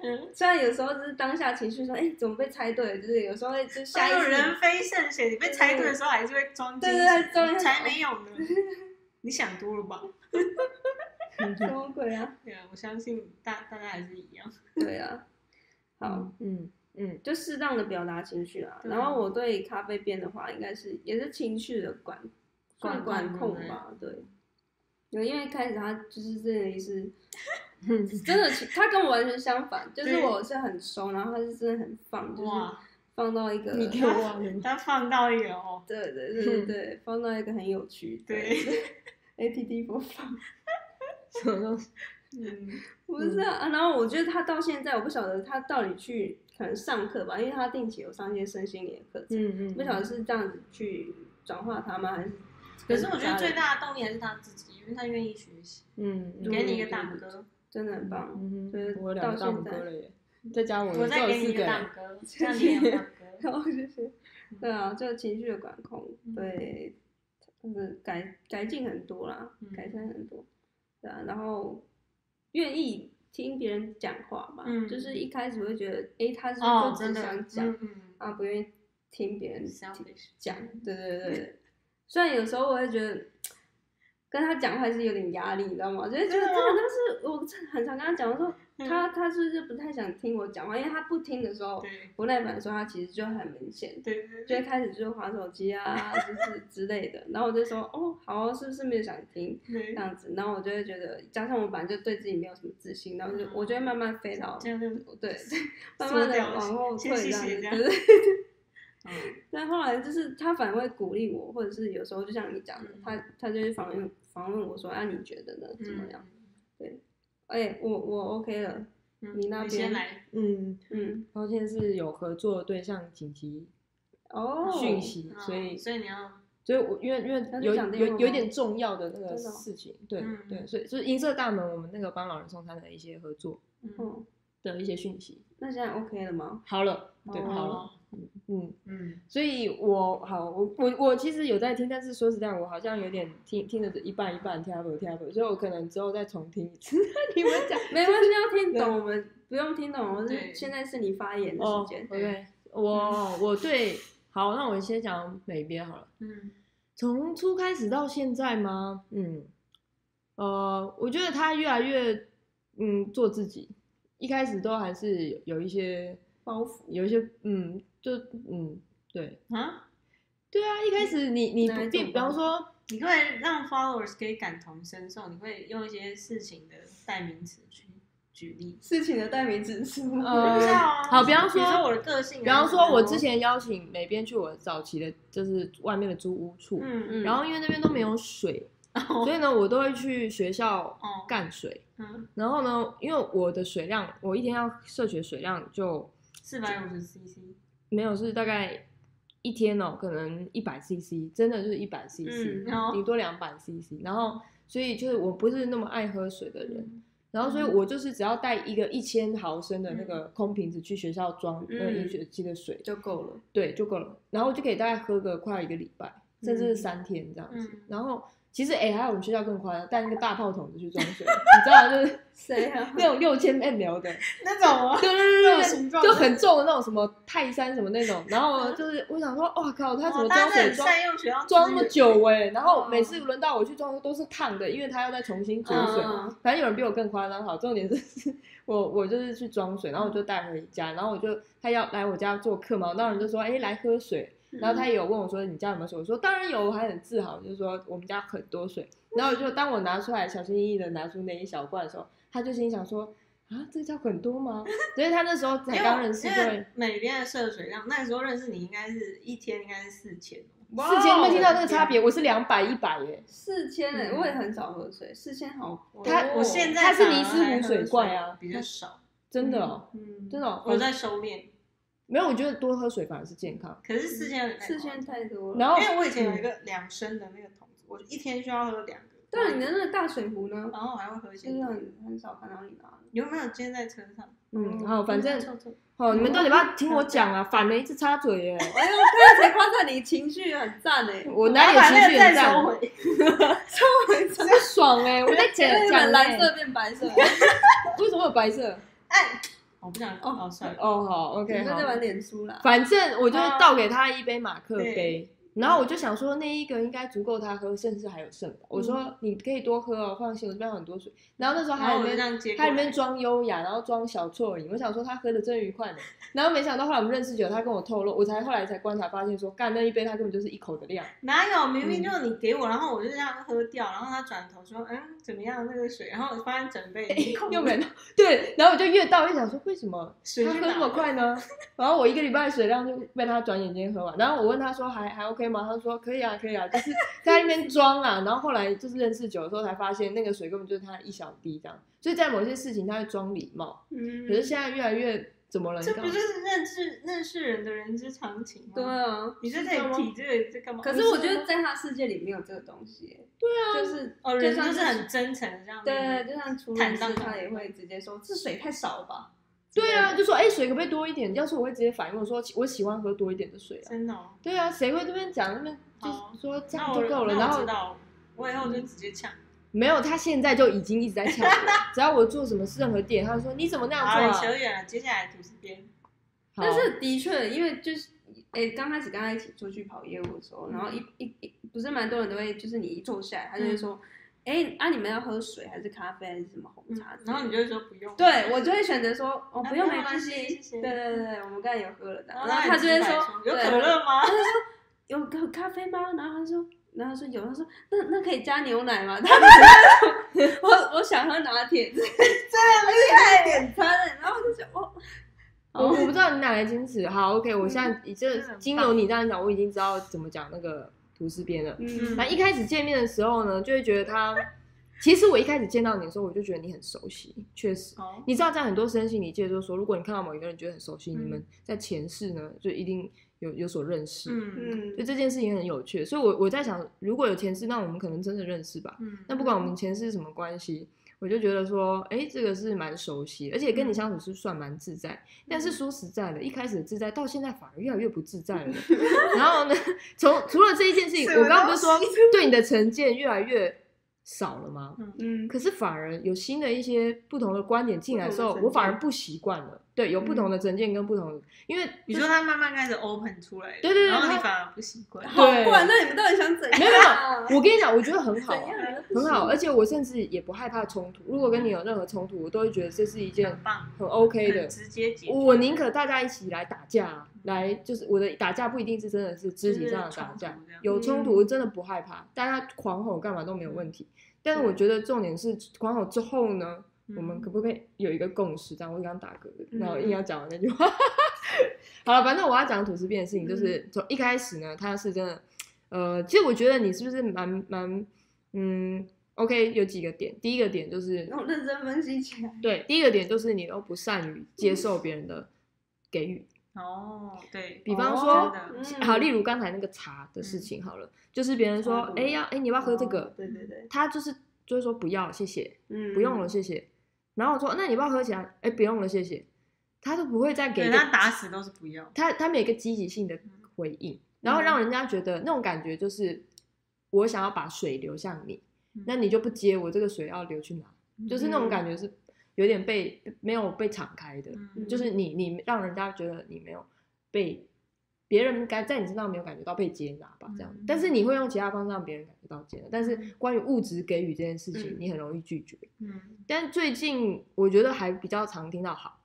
Speaker 2: 嗯，
Speaker 1: 虽然有时候就是当下情绪说，哎、怎么被猜对了？就是有时候会就下意
Speaker 2: 有
Speaker 1: 识
Speaker 2: 人非圣贤，你被猜对的时候还是会装
Speaker 1: 对
Speaker 2: 矜
Speaker 1: 对对
Speaker 2: 持
Speaker 1: 装一下
Speaker 2: 才没有 呢。你想多了吧？
Speaker 1: 什么鬼啊？
Speaker 2: 对啊，我相信大大家还是一样。
Speaker 1: 对啊，好，
Speaker 3: 嗯嗯
Speaker 1: 就适当的表达情绪啊。
Speaker 2: 对
Speaker 1: 然后我对咖啡边的话，应该是也是情绪的管算
Speaker 2: 管
Speaker 1: 管控
Speaker 2: 控对
Speaker 1: 吧，对。因为开始他就是真的也是
Speaker 3: 嗯，
Speaker 1: 真的情，他跟我完全相反，就是
Speaker 2: 对
Speaker 1: 我是很收，然后他是真的很放，就是
Speaker 2: 哇，
Speaker 1: 放到一个，
Speaker 3: 你给我
Speaker 2: 啊
Speaker 3: 忘了。
Speaker 2: 他放到一个哦，
Speaker 1: 对对对对对，放到一个很有趣的
Speaker 2: 对
Speaker 1: A P T 播放，
Speaker 3: 什么东西？
Speaker 2: 嗯
Speaker 1: 不是啊。然后我觉得他到现在，我不晓得他到底去可能上课吧，因为他定期有上一些身心灵的课程，
Speaker 3: 嗯嗯，
Speaker 1: 不晓得是这样子去转化它吗？还是？
Speaker 2: 可是我觉得最大的动力还是他自己，因为他愿意学习。
Speaker 3: 嗯，嗯
Speaker 2: 给你一个大拇哥，
Speaker 1: 真的很棒。
Speaker 3: 嗯
Speaker 1: 就是
Speaker 3: 哼，我有两个
Speaker 1: 到
Speaker 3: 大拇
Speaker 1: 现在
Speaker 3: 哥了耶，再加我，
Speaker 2: 我
Speaker 3: 这
Speaker 2: 再
Speaker 3: 有
Speaker 2: 给你
Speaker 3: 四
Speaker 2: 一
Speaker 3: 个
Speaker 2: 个大
Speaker 3: 耶。
Speaker 2: 拇哥，这样你也有大 拇哥。
Speaker 1: 然后就是，对啊，就情绪的管控，
Speaker 2: 嗯
Speaker 1: 对，就是改改进很多啦，
Speaker 2: 嗯
Speaker 1: 改善很多，对啊，然后愿意听别人讲话吧，
Speaker 2: 嗯
Speaker 1: 就是一开始会觉得，诶，他是
Speaker 2: 哦
Speaker 1: 不，是
Speaker 2: 真
Speaker 1: 只
Speaker 2: 的，
Speaker 1: 想
Speaker 2: 嗯
Speaker 1: 讲、
Speaker 2: 嗯
Speaker 1: 啊，不愿意听别人
Speaker 2: 嗯
Speaker 1: 听
Speaker 2: ，selfish，
Speaker 1: 讲，对对对对。虽然有时候我会觉得跟他讲话还是有点压力，你知道吗？就是觉得真的，但是我真的很常跟他讲，我说
Speaker 2: 嗯
Speaker 1: 他他是不是不太想听我讲话？因为他不听的时候，
Speaker 2: 对
Speaker 1: 不耐烦的时候，他其实就很明显，
Speaker 2: 对对
Speaker 1: 就
Speaker 2: 对，
Speaker 1: 会开始就是划手机啊，就是 之类的。然后我就说哦，好啊是不是没有想听这
Speaker 2: 对
Speaker 1: 样子？然后我就会觉得，加上我本来就对自己没有什么自信，然后就
Speaker 2: 嗯
Speaker 1: 我就会慢慢飞到
Speaker 2: 这样就
Speaker 1: 对，慢慢的
Speaker 2: 掉了
Speaker 1: 往后退
Speaker 2: 先
Speaker 1: 这
Speaker 2: 谢
Speaker 1: 样
Speaker 2: 谢
Speaker 1: 子，
Speaker 2: 这样
Speaker 1: 对对
Speaker 2: 嗯
Speaker 1: 但后来就是他反而会鼓励我，或者是有时候就像你讲的，
Speaker 2: 嗯
Speaker 1: 他他就会访问访问我说，啊，你觉 得呢？怎
Speaker 3: 嗯
Speaker 1: 么样？？哎、我我 OK 了，
Speaker 2: 嗯
Speaker 1: 你那边
Speaker 2: 先来，
Speaker 3: 嗯，
Speaker 1: 嗯，
Speaker 3: 然后现在是有合作的对象紧急
Speaker 1: 哦，
Speaker 3: 讯息，
Speaker 2: 嗯
Speaker 3: 所以
Speaker 2: 所以你要
Speaker 3: 所以我因为因为
Speaker 1: 那就
Speaker 3: 有
Speaker 1: 讲电话
Speaker 3: 有有一
Speaker 1: 吗
Speaker 3: 点重要的那个
Speaker 1: 真的哦
Speaker 3: 事情，对
Speaker 2: 嗯
Speaker 3: 对，所以就是银色大门我们那个帮老人送餐的一些合作
Speaker 2: 嗯
Speaker 1: 哦，
Speaker 3: 的一些讯息，
Speaker 1: 那现在 OK 了吗？
Speaker 3: 好了，对，
Speaker 1: 哦
Speaker 3: 好了，嗯，
Speaker 2: 嗯
Speaker 3: 所以我好，我我我其实有在听，但是说实在，我好像有点听听的一半一半跳不跳不，所以我可能之后再重听一次 你们讲。
Speaker 1: 没关系，要听懂，我们不用听懂，我是
Speaker 2: 对
Speaker 1: 现在是你发言的
Speaker 3: 哦
Speaker 1: 时间。
Speaker 3: ，OK，我我对好，那我先讲美编好了。
Speaker 2: 嗯
Speaker 3: 从初开始到现在吗？嗯，呃，我觉得他越来越嗯做自己，一开始都还是有一些
Speaker 1: 包袱，
Speaker 3: 有一些嗯，就嗯，对
Speaker 2: 啊，
Speaker 3: 对啊，一开始你你
Speaker 1: 嗯哪一种
Speaker 3: 并比方说
Speaker 2: 你会让 followers 可以感同身受，你会用一些事情的代名词去举例。
Speaker 1: 事情的代名词是吗？
Speaker 3: 呃
Speaker 2: 不知道啊
Speaker 3: 好比方说
Speaker 2: 比如说我的个性啊，
Speaker 3: 比方说，我之
Speaker 2: 前
Speaker 3: 前邀请美编去我早期的，就是外面的租屋处，
Speaker 2: 嗯嗯
Speaker 3: 然后因为那边都没有水，
Speaker 1: 嗯
Speaker 3: 所以呢，我都会去学校
Speaker 2: 哦
Speaker 3: 干水。
Speaker 2: 嗯
Speaker 3: 然后呢，因为我的水量，我一天要摄取的水量就
Speaker 2: 四百五十 cc，
Speaker 3: 没有是大概一天哦，可能一百 CC，真的就是一百 CC，
Speaker 1: 嗯
Speaker 2: 然后
Speaker 3: 顶多两百 CC。然后，所以就是我不是那么爱喝水的人，
Speaker 2: 嗯
Speaker 3: 然后所以我就是只要带一个一千毫升的那个空瓶子去学校装那个
Speaker 1: 嗯
Speaker 3: 一学期的水，
Speaker 1: 就够了。
Speaker 3: 对就够了，然后就可以大概喝个快一个礼拜，甚至是三天这样子。
Speaker 2: 嗯
Speaker 3: 然后其实哎、还有我们学校更夸张，带那个大炮筒子去装水，你知道就是
Speaker 1: 谁啊？
Speaker 3: 那种六千 ml 的，
Speaker 2: 那种啊，
Speaker 3: 对 对
Speaker 2: 那种
Speaker 3: 对
Speaker 2: 形
Speaker 3: 对，
Speaker 2: 状
Speaker 3: 就
Speaker 2: 的啊
Speaker 3: 很重的那种什么泰山什么那种，然后就是我想说，哇靠，他怎么
Speaker 2: 哇大
Speaker 3: 装
Speaker 2: 家真
Speaker 3: 水
Speaker 2: 的很
Speaker 3: 装
Speaker 2: 善用学校
Speaker 3: 装
Speaker 2: 资
Speaker 3: 那么
Speaker 2: 源
Speaker 3: 久哎、然后
Speaker 2: 哦
Speaker 3: 每次轮到我去装都是烫的，因为他要再重新煮水。
Speaker 1: 嗯嗯
Speaker 3: 反正有人比我更夸张，好，重点是我我就是去装水，然后我就带回家，然后我就他要来我家做客嘛，我当然就说哎、来喝水，
Speaker 2: 嗯
Speaker 3: 然后他也有问我说你家有没有水，我说当然有，我还很自豪，就是说我们家很多水。然后我就当我拿出来小心翼翼的拿出那一小罐的时候，他就心想说啊这叫很多吗？所以他那时候才
Speaker 2: 因为
Speaker 3: 刚认识
Speaker 2: 因
Speaker 3: 就
Speaker 2: 为
Speaker 3: 会。
Speaker 2: 每天的摄水量，那时候认识你应该是一天应该是四千
Speaker 3: 哦
Speaker 2: 哦
Speaker 3: 四千，你们听到那个差别？我是两百一百耶，
Speaker 1: 四千哎，
Speaker 2: 嗯
Speaker 1: 我也很少喝水，四千好多哦。
Speaker 3: 他
Speaker 2: 我现在
Speaker 3: 他是
Speaker 2: 反而
Speaker 3: 尼斯湖
Speaker 2: 还喝
Speaker 3: 水怪啊
Speaker 2: 比较少，
Speaker 3: 真的哦，
Speaker 2: 嗯，
Speaker 3: 真的哦
Speaker 2: 我在收敛，
Speaker 3: 没有，我觉得多喝水反而是健康。
Speaker 2: 可是四千有点太
Speaker 1: 四千
Speaker 2: 夸
Speaker 1: 太多了。
Speaker 3: 然后
Speaker 2: 张，因为我以
Speaker 3: 嗯
Speaker 2: 前有一个两升的那个桶子，我一天需要喝两个，
Speaker 1: 但啊你的那个大水壶呢？
Speaker 2: 然后我还会喝一些
Speaker 1: 真的。很很少看到你拿了。
Speaker 2: 你有没有今天在车上？
Speaker 3: 嗯，好，反
Speaker 1: 啊
Speaker 3: 正
Speaker 2: 臭臭
Speaker 3: 好，哦你们到底要不要听我讲
Speaker 2: 嗯
Speaker 3: 啊？反了一次插嘴 耶，
Speaker 1: 哎呦，刚才才夸赞你情绪很赞 哎，
Speaker 3: 我哪里有
Speaker 2: 把那
Speaker 3: 情绪
Speaker 2: 个再
Speaker 3: 很
Speaker 2: 收
Speaker 3: 赞？
Speaker 2: 回，
Speaker 3: 真的爽哎！我在
Speaker 1: 前
Speaker 3: 讲
Speaker 1: 面
Speaker 3: 讲
Speaker 1: 本蓝
Speaker 3: 蓝
Speaker 1: 色
Speaker 3: 色，
Speaker 1: 变白色，
Speaker 3: 为什么有白色？
Speaker 2: 哎，我不想哦，算了，
Speaker 3: 哦，好
Speaker 1: 你
Speaker 3: ，OK，
Speaker 1: 们在
Speaker 3: 好
Speaker 1: 玩。脸书啦。
Speaker 3: 反正我就倒给他一杯马克杯，然后我就想说那一个应该足够他喝，甚至还有剩
Speaker 2: 嗯
Speaker 3: 的。我说你可以多喝哦，放心，我这边有很多水。然后那时候
Speaker 2: 然
Speaker 3: 还有
Speaker 2: 后我就
Speaker 3: 那
Speaker 2: 这样接过
Speaker 3: 他
Speaker 2: 来，
Speaker 3: 里面装优雅，然后装小错饮，我想说他喝的真愉快呢。然后没想到后来我们认识久，他跟我透露，我才后来才观察发现说，干那一杯他根本就是一口的量。
Speaker 2: 哪有？明明就是你给我，然后我就让他喝掉，然后他转头说：“嗯，怎么样那个水？”然后我发现整杯已经空了
Speaker 3: 哎又没有对，然后我就越倒越想说，为什么
Speaker 2: 水
Speaker 3: 他
Speaker 2: 去
Speaker 3: 喝
Speaker 2: 哪
Speaker 3: 那么
Speaker 2: 了？
Speaker 3: 快 呢？然后我一个礼拜的水量就被他转眼间喝完。然后我问他说还还 OK 吗？他说可以啊，可以啊，就是在那边装啊。然 后后来就是认识久的时候才发现，那个水根本就是他一小滴这样。所以在某些事情他会装礼貌，
Speaker 1: 嗯
Speaker 3: 可是现在越来越怎么了？你
Speaker 2: 这
Speaker 3: 干
Speaker 2: 不
Speaker 3: 嘛
Speaker 2: 就是认识认识人的人之常情吗？
Speaker 1: 对，啊，
Speaker 2: 你在这里提这个在干嘛？
Speaker 1: 可是我觉得在他世界里没有这个东西。对啊，就是
Speaker 2: 哦，
Speaker 1: 就
Speaker 2: 人
Speaker 1: 像
Speaker 2: 就是很真诚这样。
Speaker 1: 对，，啊就像厨师
Speaker 2: 坦荡
Speaker 1: 他也会直接说这水太少了吧。
Speaker 3: 对啊，就说哎、水可不可以多一点？要是我会直接反应，我说我喜欢喝多一点的水啊。
Speaker 2: 真的哦。
Speaker 3: 对啊，谁会这边讲那边
Speaker 2: 好
Speaker 3: 就是说这
Speaker 2: 那
Speaker 3: 样
Speaker 2: 我
Speaker 3: 就够了？
Speaker 2: 那
Speaker 3: 然
Speaker 2: 我
Speaker 3: 后
Speaker 2: 知道了，我以后就直接呛。
Speaker 3: 没有，他现在就已经一直在呛我，只要我做什么事任何点，他就说你怎么那样
Speaker 2: 好，你
Speaker 3: 做
Speaker 2: 扯
Speaker 3: 啊？
Speaker 2: 远了，接下来吐司边。
Speaker 3: 好
Speaker 1: 嗯但是的确，因为就是，哎、刚开始跟他一起出去跑业务的时候，然后一一一不是蛮多人都会，就是你一坐下来，他就会说，哎、啊，你们要喝水还是咖啡还是什么红茶之类的、
Speaker 2: 然后你就会说不用。
Speaker 1: 对我就会选择说，哦，
Speaker 2: 啊
Speaker 1: 不用
Speaker 2: 没
Speaker 1: 没
Speaker 2: 有
Speaker 1: 关
Speaker 2: 关
Speaker 1: 系，
Speaker 2: 系谢谢
Speaker 1: 对对对，我们刚才有喝了的，
Speaker 2: 然后
Speaker 1: 然后他就会
Speaker 2: 很直白
Speaker 1: 说，
Speaker 2: 有
Speaker 1: 对
Speaker 2: 可乐吗？
Speaker 1: 有有咖啡吗？然后他说，然后他说有，他说那那可以加牛奶吗？ 他就说我我想喝拿铁， 这太厉害点餐了，然后我就觉得哦，
Speaker 3: 我我不知道你哪来矜持。好，OK，我现在已这
Speaker 2: 嗯真的很棒
Speaker 3: 经由你这样讲，我已经知道怎么讲那个吐司边了。
Speaker 1: 嗯
Speaker 3: 那一开始见面的时候呢，就会觉得他，其实我一开始见到你的时候，我就觉得你很熟悉，确实。
Speaker 2: 哦，
Speaker 3: 你知道，在很多身心理界就说，如果你看到某一个人觉得很熟悉，
Speaker 2: 嗯
Speaker 3: 你们在前世呢就一定有有所认识。
Speaker 2: 嗯
Speaker 1: 嗯
Speaker 3: 就，这件事情很有趣，所以我我在想，如果有前世，那我们可能真的认识吧。
Speaker 2: 嗯
Speaker 3: 那不管我们前世是什么关系，我就觉得说，哎、这个是蛮熟悉，而且
Speaker 1: 嗯
Speaker 3: 跟你相处是算蛮自在。但是说实在的，一开始的自在，到现在反而越来越不自 在了。然后呢，从除了这一件事情，
Speaker 2: 什么
Speaker 3: 我刚刚不是说对你的成见越来越少了吗？
Speaker 1: 嗯，
Speaker 3: 可是反而有新的一些不同的观点进来之后
Speaker 1: 不同的成，见嗯
Speaker 3: 我反而不习惯了。对，有不同的成见跟不同的，因为
Speaker 2: 你说他慢慢开始 open 出来了，
Speaker 3: 对对对
Speaker 2: 然后
Speaker 3: 他
Speaker 2: 你反而不习惯。
Speaker 1: 好
Speaker 3: 对
Speaker 1: 怪，那你们到底想怎样？
Speaker 3: 没有没有，我跟你讲，我觉得很好、
Speaker 1: 怎
Speaker 3: 啊，
Speaker 1: 样？
Speaker 3: 很好，而且我甚至也不害怕冲突。如果跟你有任何冲突，我都会觉得这是一件
Speaker 2: 很棒
Speaker 3: 很 OK 的
Speaker 2: 很。直接解决。
Speaker 3: 我宁可大家一起来打架，来就是我的打架不一定是真的是肢体上的打架，有冲
Speaker 2: 嗯
Speaker 3: 突我真的不害怕，大家狂吼干嘛都没有问题。但是我觉得重点是狂吼之后呢，我
Speaker 2: 嗯
Speaker 3: 们可不可以有一个共识？这样我刚打嗝，然后硬要讲完那句话。 好了，反正我要讲吐司变的事情，
Speaker 2: 嗯
Speaker 3: 就是从一开始呢，他是真的，呃，其实我觉得你是不是蛮蛮，嗯，OK，有几个点，第一个点就是
Speaker 1: 那我认真分析起来，
Speaker 3: 对，第一个点就是你都不善于接受
Speaker 1: 嗯
Speaker 3: 别人的给予，
Speaker 2: 哦，对，
Speaker 3: 比方
Speaker 2: 真
Speaker 3: 说，
Speaker 2: 的
Speaker 1: 嗯
Speaker 3: 好，例如刚才那个茶的事情好了，就是别人说
Speaker 1: 茶，
Speaker 3: 哎、要，哎、你要不要喝这个？
Speaker 1: 哦对对对，
Speaker 3: 他就是就会说不要，谢谢，
Speaker 1: 嗯，
Speaker 3: 不用了，谢谢。然后我说那你要不要喝起来？哎，不用了，谢谢。他都不会再给
Speaker 2: 对
Speaker 3: 一个
Speaker 2: 他打死都是不要。
Speaker 3: 他他们有一个积极性的
Speaker 1: 嗯
Speaker 3: 回应，然后让人家觉得那种感觉就是我想要把水流向你，
Speaker 2: 嗯
Speaker 3: 那你就不接我这个水要流去哪，就是那种感
Speaker 1: 嗯
Speaker 3: 觉是有点被没有被敞开的，
Speaker 2: 嗯，
Speaker 3: 就是你你让人家觉得你没有被别人该在你身上没有感觉到被接纳吧，这样
Speaker 2: 嗯。
Speaker 3: 但是你会用其他方式让别人感觉到接纳，但是关于物质给予这件事情，
Speaker 1: 嗯
Speaker 3: 你很容易拒绝。
Speaker 2: 嗯
Speaker 3: 但最近我觉得还比较常听到好。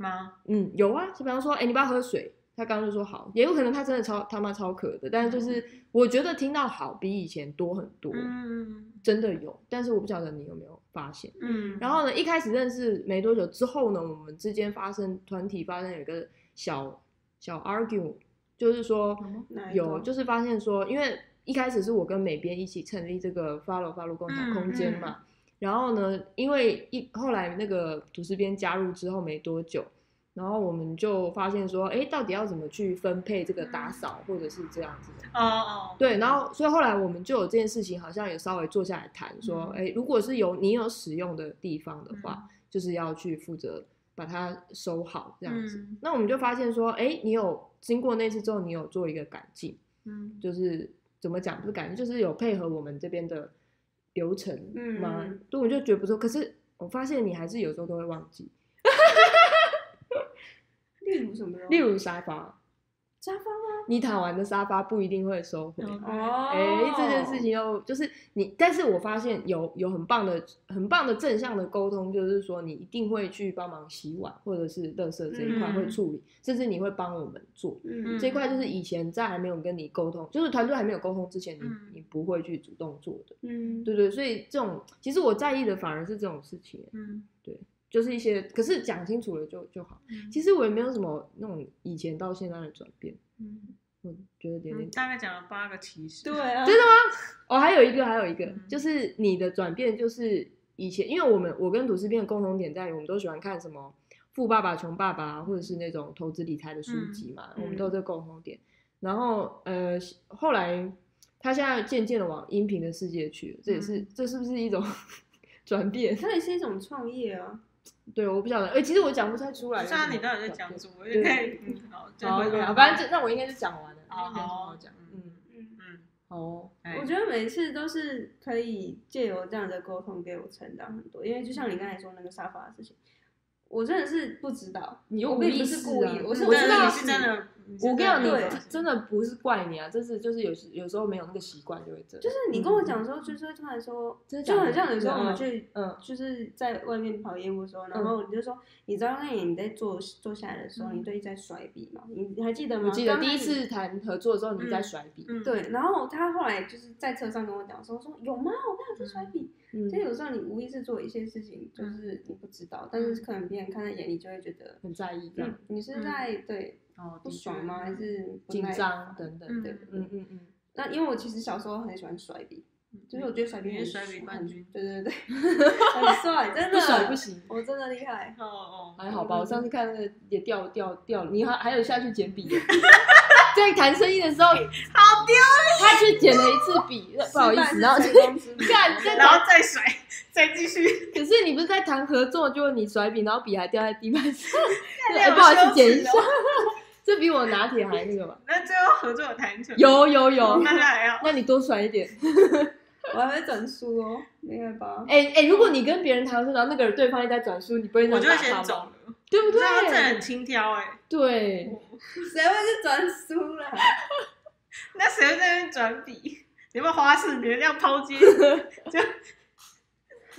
Speaker 2: 吗？
Speaker 3: 嗯，有啊，就比方说，哎、你不要喝水，他刚刚就说好，也有可能他真的超他妈超渴的，但是就是我觉得听到好比以前多很多，
Speaker 2: 嗯
Speaker 3: 真的有，但是我不晓得你有没有发现。
Speaker 2: 嗯，
Speaker 3: 然后呢，一开始认识没多久之后呢，我们之间发生团体发生有一个小小 argue，就是说
Speaker 1: 哪一
Speaker 3: 有，
Speaker 1: 种
Speaker 3: 就是发现说，因为一开始是我跟美编一起成立这个 follow follow 共享
Speaker 2: 嗯
Speaker 3: 空间
Speaker 2: 嗯
Speaker 3: 嘛，然后呢，因为一后来那个主持编加入之后没多久，然后我们就发现说，哎，到底要怎么去分配这个
Speaker 2: 嗯
Speaker 3: 打扫或者是这样子的。
Speaker 2: 哦哦，
Speaker 3: 对，然后所以后来我们就有这件事情，好像也稍微坐下来谈，说，
Speaker 2: 嗯
Speaker 3: 哎、如果是有你有使用的地方的话，
Speaker 1: 嗯
Speaker 3: 就是要去负责把它收好这
Speaker 2: 这
Speaker 3: 样
Speaker 1: 嗯
Speaker 3: 子。，那我们就发现说，哎，你有经过那次之后，你有做一个改进，
Speaker 2: 嗯
Speaker 3: 就是怎么讲，不是改进，就是有配合我们这边的流程
Speaker 1: 嗯
Speaker 3: 嘛。对，我就觉得不错。可是我发现你还是有时候都会忘记，
Speaker 1: 例如什么咯？
Speaker 3: 例如沙发，
Speaker 1: 沙发吗？
Speaker 3: 你躺完的沙发不一定会收回。
Speaker 2: 嗯
Speaker 1: 哦，
Speaker 3: 哎、这件事情又就是你，但是我发现有有很棒的、很棒的正向的沟通，就是说你一定会去帮忙洗碗或者是垃圾这一块
Speaker 2: 嗯
Speaker 3: 会处理，甚至你会帮我们做。
Speaker 1: 嗯，
Speaker 3: 这一块就是以前在还没有跟你沟通，就是团队还没有沟通之前你，你、
Speaker 2: 嗯
Speaker 3: 不会去主动做的，
Speaker 1: 嗯，
Speaker 3: 对对，所以这种其实我在意的反而是这种事情，
Speaker 2: 嗯，
Speaker 3: 就是一些，可是讲清楚了就就好。其
Speaker 2: 实
Speaker 3: 实我也没有什么那种以前到现在的转变，
Speaker 2: 嗯，
Speaker 3: 我觉得有点
Speaker 2: 你
Speaker 3: 点
Speaker 2: 嗯大概讲了八个提示，
Speaker 1: 对啊，
Speaker 3: 真的吗？哦，还有一个，还有一个，
Speaker 2: 嗯
Speaker 3: 就是你的转变，就是以前，因为我们我跟土司变的共同点在于，我们都喜欢看什么《富爸爸穷爸爸》或者是那种投资理财的书籍嘛，
Speaker 1: 嗯
Speaker 3: 我们都有这个共同点。然后呃，后来他现在渐渐的往音频的世界去了，这也
Speaker 2: 嗯
Speaker 3: 是、这是不是一种 转变？
Speaker 1: 它也是一种创业啊。
Speaker 3: 对，我不晓得，哎、其实我讲不太出来。
Speaker 2: 不知道你到底在讲
Speaker 3: 么
Speaker 2: 什么，有点嗯好，
Speaker 3: 转变？好，OK，好，反正这那我应该就讲完了，
Speaker 2: 好
Speaker 3: 应该没什么
Speaker 2: 好
Speaker 3: 好讲，嗯，
Speaker 1: 嗯，
Speaker 2: 嗯，
Speaker 3: 好哦，
Speaker 1: 我觉得每次都是可以借由这样的沟通给我成长很多，因为就像你刚才说那个沙发的事情，我真的是不知道，
Speaker 3: 你又
Speaker 1: 我
Speaker 3: 无
Speaker 1: 并
Speaker 3: 意
Speaker 1: 不
Speaker 3: 识、
Speaker 1: 是
Speaker 3: 啊、
Speaker 1: 故意，我是
Speaker 3: 我
Speaker 1: 我
Speaker 3: 知道
Speaker 1: 知道
Speaker 2: 嗯你是真的，
Speaker 3: 我跟你讲，你
Speaker 1: 对
Speaker 3: 这真的不是怪你啊，这是就是有时有时候没有那个习惯就会这样。
Speaker 1: 就是你跟我讲的时候，就是会突然说，
Speaker 3: 真的假
Speaker 1: 就
Speaker 3: 的
Speaker 1: 很像你说
Speaker 3: 嗯
Speaker 1: 我们去，
Speaker 3: 嗯
Speaker 1: 就是在外面跑业务的时候，然
Speaker 3: 嗯
Speaker 1: 后你就说，你知道那你在坐坐下来的时候，
Speaker 2: 嗯
Speaker 1: 你对在甩笔嘛？你你还记得吗？
Speaker 3: 我记得
Speaker 1: 刚开
Speaker 3: 第一
Speaker 1: 始
Speaker 3: 次谈合作的时候，你在甩笔，
Speaker 2: 嗯，
Speaker 1: 对，然后他后来就是在车上跟我讲说，说有吗？我刚才在甩笔。
Speaker 3: 嗯
Speaker 1: 就，有时候你无意识做一些事情，就是你不知道，但
Speaker 3: 嗯
Speaker 1: 是可能别人看在眼里就会觉得，
Speaker 3: 很在意这样
Speaker 1: 嗯，，你是在对
Speaker 2: 哦，
Speaker 1: 不爽吗？还是不
Speaker 3: 紧
Speaker 1: 耐
Speaker 3: 张
Speaker 1: 烦
Speaker 3: 等等
Speaker 2: 嗯
Speaker 3: 的，嗯嗯嗯，
Speaker 1: 那因为我其实小时候很喜欢甩笔，
Speaker 2: 嗯
Speaker 1: 就是我觉得甩笔
Speaker 2: 你
Speaker 1: 很
Speaker 2: 是甩笔
Speaker 1: 爽
Speaker 2: 冠军
Speaker 1: 对对 对，很帅，真的
Speaker 3: 不甩不行。
Speaker 1: 我真的厉害。
Speaker 2: 哦哦，
Speaker 3: 还好吧，
Speaker 1: 嗯
Speaker 3: 我上次看那个也掉掉掉，你还还有下去捡笔 的，在谈生意的时候，
Speaker 2: 好丢，
Speaker 3: 他去捡了一次笔，不好意思，啊然后就
Speaker 1: 失败是成功之母
Speaker 3: 干这
Speaker 2: 然后再甩，再继续，
Speaker 3: 可是你不是在谈合作，结果你甩笔，然后笔还掉在地板 上，
Speaker 2: 太
Speaker 3: 哎，不好意
Speaker 2: 羞
Speaker 3: 思，
Speaker 2: 耻
Speaker 3: 捡一下
Speaker 2: 了，
Speaker 3: 这比我拿铁还那个吧？
Speaker 2: 那最后合作有谈成，哦
Speaker 3: 有有 有，
Speaker 2: 那就还 好，
Speaker 3: 那你多甩一点。
Speaker 1: 我还会转书哦，厉害吧？
Speaker 3: 哎、哎、如果你跟别人谈说，然后那个人对方一直在转述，你不会想
Speaker 2: 我就
Speaker 3: 打
Speaker 2: 会
Speaker 3: 他
Speaker 2: 先
Speaker 3: 吗？
Speaker 2: 走了。
Speaker 3: 对不
Speaker 2: 你知道这
Speaker 3: 对？
Speaker 2: 很轻佻哎，
Speaker 3: 对，
Speaker 1: 谁会去转书啦？
Speaker 2: 那谁在那边转笔？ 你有没有花式？别人这样抛 接，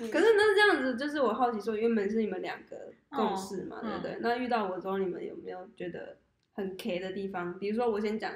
Speaker 2: 嗯
Speaker 1: 可是那这样子，就是我好奇说，原本是你们两个共事嘛，
Speaker 2: 哦
Speaker 1: 对不对？那遇到我之后，你们有没有觉得很 K 的地方？比如说，我先讲，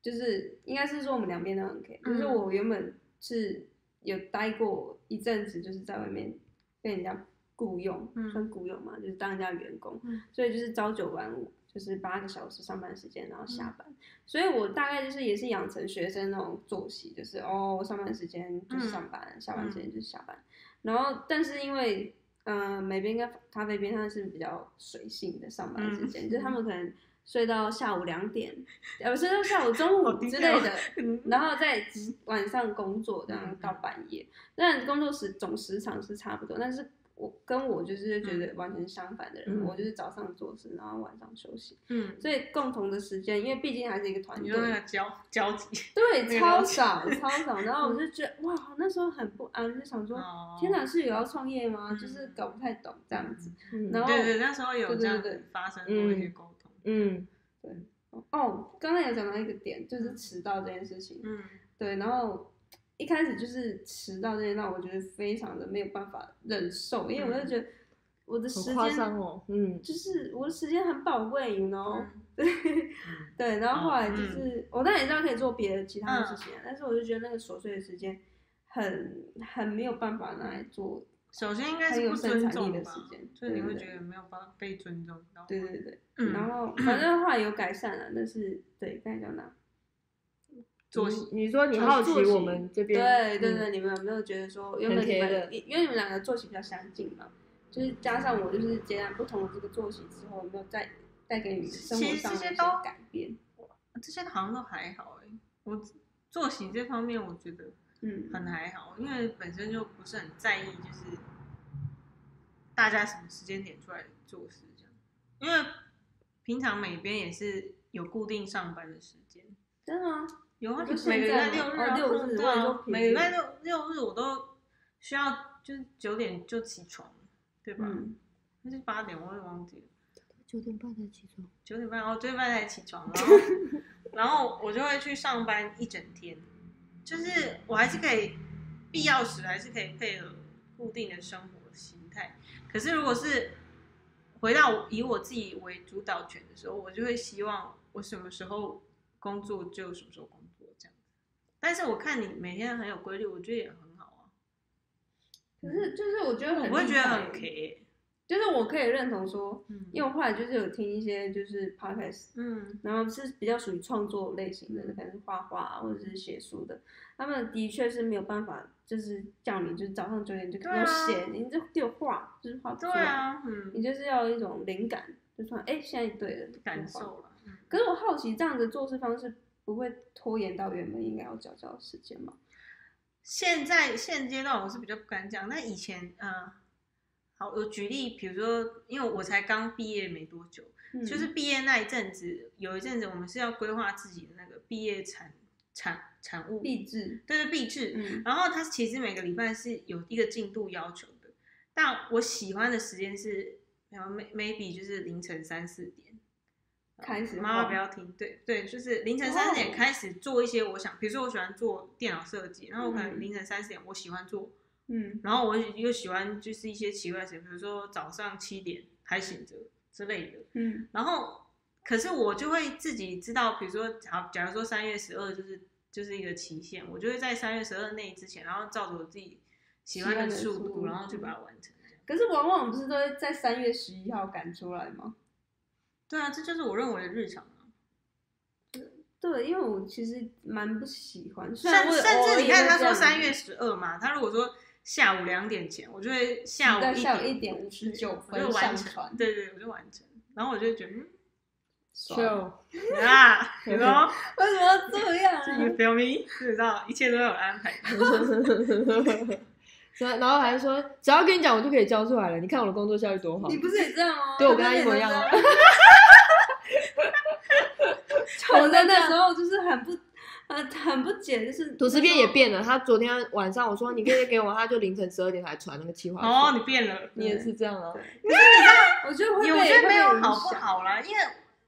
Speaker 1: 就是应该是说我们两边都很 K，、
Speaker 2: 嗯
Speaker 1: 就是我原本是有待过一阵子，就是在外面被人家雇佣，
Speaker 2: 嗯
Speaker 1: 算雇佣嘛，就是当人家员工，
Speaker 2: 嗯
Speaker 1: 所以就是朝九晚五。就是八个小时上班时间，然后下
Speaker 2: 嗯
Speaker 1: 班，所以我大概就是也是养成学生那种作息，就是哦，上班时间
Speaker 2: 嗯
Speaker 1: 就是上班，下班时间就是下班。然后，但是因为，嗯、美编跟咖啡边他是比较随性的上班 时间，
Speaker 2: 嗯
Speaker 1: 就是他们可能睡到下午两点，呃，睡到下午中
Speaker 2: 好
Speaker 1: 午
Speaker 2: 低
Speaker 1: 之
Speaker 2: 调
Speaker 1: 类的，
Speaker 2: 嗯
Speaker 1: 然后再晚上工作，这样
Speaker 2: 嗯
Speaker 1: 到半夜。但工作时总时长是差不多，但是我跟我就是觉
Speaker 2: 嗯
Speaker 1: 得完全相反的人，
Speaker 3: 嗯
Speaker 1: 我就是早上做事，然后晚上休息，
Speaker 2: 嗯，
Speaker 1: 所以共同的时间，因为毕竟还是一个团
Speaker 2: 你
Speaker 1: 队，
Speaker 2: 说那个交交集，那
Speaker 1: 对，
Speaker 2: 个
Speaker 1: 超
Speaker 2: 了解
Speaker 1: 少超少。然后我就觉得哇，那时候很不安，就想
Speaker 2: 嗯
Speaker 1: 说，
Speaker 2: 哦
Speaker 1: 天哪，是有要创业吗？
Speaker 2: 嗯
Speaker 1: 就是搞不太懂这样子。
Speaker 3: 嗯
Speaker 1: 然后
Speaker 2: 对对，那时候有
Speaker 1: 哦对对
Speaker 2: 这样
Speaker 1: 对
Speaker 2: 子发生过一些
Speaker 3: 嗯
Speaker 2: 沟通，
Speaker 3: 嗯，
Speaker 1: 哦，刚才有讲到一个点，就是迟到这件事情。
Speaker 2: 嗯
Speaker 1: 对，然后一开始就是迟到这件让我觉得非常的没有办法忍受，因为
Speaker 2: 嗯
Speaker 1: 我就觉得我的时
Speaker 3: 很夸
Speaker 1: 间
Speaker 3: 张哦，嗯，
Speaker 1: 就是我的时间很宝贵，you know，、
Speaker 2: 嗯
Speaker 1: 对，然后后来就
Speaker 2: 嗯
Speaker 1: 是、我当然也知道可以做别的其他的事
Speaker 2: 嗯
Speaker 1: 情啊，但是我就觉得那个琐碎的时间很很没有办法拿来做，
Speaker 2: 首先应该
Speaker 1: 很
Speaker 2: 是
Speaker 1: 有
Speaker 2: 不
Speaker 1: 生
Speaker 2: 尊
Speaker 1: 产
Speaker 2: 重
Speaker 1: 力的
Speaker 2: 吧
Speaker 1: 时间
Speaker 2: 所以你
Speaker 1: 对
Speaker 2: 会
Speaker 1: 对
Speaker 2: 觉得没有办法被尊重到。
Speaker 1: 对对对，
Speaker 2: 嗯，
Speaker 1: 然后反正后来有改善了，但是对刚才讲到，
Speaker 2: 作息
Speaker 3: 你你说你
Speaker 1: 哦
Speaker 3: 好奇
Speaker 1: 作息
Speaker 3: 我们这边，
Speaker 1: 对对
Speaker 3: 嗯
Speaker 1: 对，你们有没有觉得说，原
Speaker 3: 很
Speaker 1: 本你
Speaker 3: 贴
Speaker 1: 们
Speaker 3: 的
Speaker 1: 因为你们两个作息比较相近嘛，就是加上我就是截然不同的这个作息之后，有没有再带给你们生活
Speaker 2: 其实
Speaker 1: 上
Speaker 2: 这
Speaker 1: 的
Speaker 2: 些
Speaker 1: 一些
Speaker 2: 都
Speaker 1: 改变？
Speaker 2: 这些好像都还好哎、我作息这方面我觉得
Speaker 1: 嗯，
Speaker 2: 很还好，因为本身就不是很在意，就是大家什么时间点出来做事这样，因为平常每边也是有固定上班的时间，
Speaker 1: 真的吗？
Speaker 2: 有啊，
Speaker 1: 你说
Speaker 2: 每个礼
Speaker 1: 现在
Speaker 2: 拜六日
Speaker 1: 吗哦
Speaker 2: 啊，
Speaker 1: 六日
Speaker 2: 对
Speaker 1: 我以为
Speaker 2: 啊
Speaker 1: 说，平
Speaker 2: 每个礼拜
Speaker 1: 日
Speaker 2: 六六日我都需要就是九点就起床，对吧？
Speaker 1: 嗯，
Speaker 2: 那是八点，我也忘记了。
Speaker 3: 九点半才起床，
Speaker 2: 九点半，哦，九点半才起 床，然后然后我就会去上班一整天，就是我还是可以必要时还是可以配合固定的生活形态。可是如果是回到以我自己为主导权的时候，我就会希望我什么时候工作就什么时候工作这样。但是我看你每天很有规律，我觉得也很好
Speaker 1: 可是就是我觉得
Speaker 2: 啊，
Speaker 1: 很，欸
Speaker 2: 我会觉得很 K，
Speaker 1: 就是我可以认同说，
Speaker 2: 嗯，
Speaker 1: 因为我后来就是有听一些就是 podcast，
Speaker 2: 嗯
Speaker 1: 然后是比较属于创作类型的，可能是画画啊或者是写书的，他们的确是没有办法，就是叫你就是早上九点就给
Speaker 2: 对啊
Speaker 1: 我写，你就给我画，就是画不出
Speaker 2: 对
Speaker 1: 来，
Speaker 2: 啊，嗯，
Speaker 1: 你就是要有一种灵感，就突然哎现在对了，
Speaker 2: 感
Speaker 1: 就画。
Speaker 2: 受了，嗯
Speaker 1: 可是我好奇这样的做事方式不会拖延到原本应该要交交的时间吗？
Speaker 2: 现在现阶段我是比较不敢讲，但以前，呃，好，我举例，比如说，因为我才刚毕业没多久，
Speaker 1: 嗯
Speaker 2: 就是毕业那一阵子，有一阵子我们是要规划自己的那个毕业产产产物，
Speaker 1: 励志，
Speaker 2: 对对，毕制。
Speaker 1: 嗯
Speaker 2: 然后它其实每个礼拜是有一个进度要求的，但我喜欢的时间是，然后 maybe 就是凌晨三四点。呃
Speaker 1: 开始
Speaker 2: 妈妈
Speaker 1: 画
Speaker 2: 不要听，对对，就是凌晨
Speaker 1: 哦
Speaker 2: 三四点开始做一些我想，比如说我喜欢做电脑设计，然后我可
Speaker 1: 嗯
Speaker 2: 能凌晨三四点我喜欢做，
Speaker 1: 嗯
Speaker 2: 然后我又喜欢就是一些奇怪的事情，比如说早上七点还醒着之类的，
Speaker 1: 嗯
Speaker 2: 然后可是我就会自己知道，比如说好，假如说三月十二就是就是一个期限，我就会在三月十二那之前，然后照着我自己喜欢
Speaker 1: 喜欢
Speaker 2: 的
Speaker 1: 的
Speaker 2: 速度，
Speaker 1: 速度
Speaker 2: 然后去
Speaker 1: 嗯
Speaker 2: 把它完成。这样
Speaker 1: 可是往往不是都会在三月十一号赶出来吗？
Speaker 2: 对啊，这就是我认为的日常啊。
Speaker 1: 对，因为我其实蛮不喜欢，虽然
Speaker 2: 甚
Speaker 1: 我
Speaker 2: 甚至你看，他说三月
Speaker 1: 十
Speaker 2: 十二嘛，他如果说下午两点前，我就会下午
Speaker 1: 下午
Speaker 2: 一
Speaker 1: 一点五十九
Speaker 2: 我就
Speaker 1: 分上
Speaker 2: 完
Speaker 1: 传
Speaker 2: 成，，对对，我就完成。然后我就觉得，嗯
Speaker 1: 爽
Speaker 3: 就
Speaker 2: 啊，你说
Speaker 1: 为什么要这样啊？
Speaker 2: you feel me？知道一切都有安排。
Speaker 3: 所 以然后还说，只要跟你讲，我就可以交出来了。你看我的工作效率多好
Speaker 1: 你。不是也这样吗？
Speaker 3: 对我跟他一模一样
Speaker 1: 啊
Speaker 3: 啊。
Speaker 1: 我在 那时候就是很不，很很不解，就是
Speaker 3: 吐司边也。变了，他昨天晚上我说你可以给我，他就凌晨十二点才传那个企划书。
Speaker 2: 哦，你变了，
Speaker 3: 你也是这样啊？
Speaker 1: 我觉得会
Speaker 2: 你
Speaker 1: 被
Speaker 2: 我觉得没有
Speaker 1: 会被影
Speaker 2: 好不
Speaker 1: 响
Speaker 2: 好啦，因为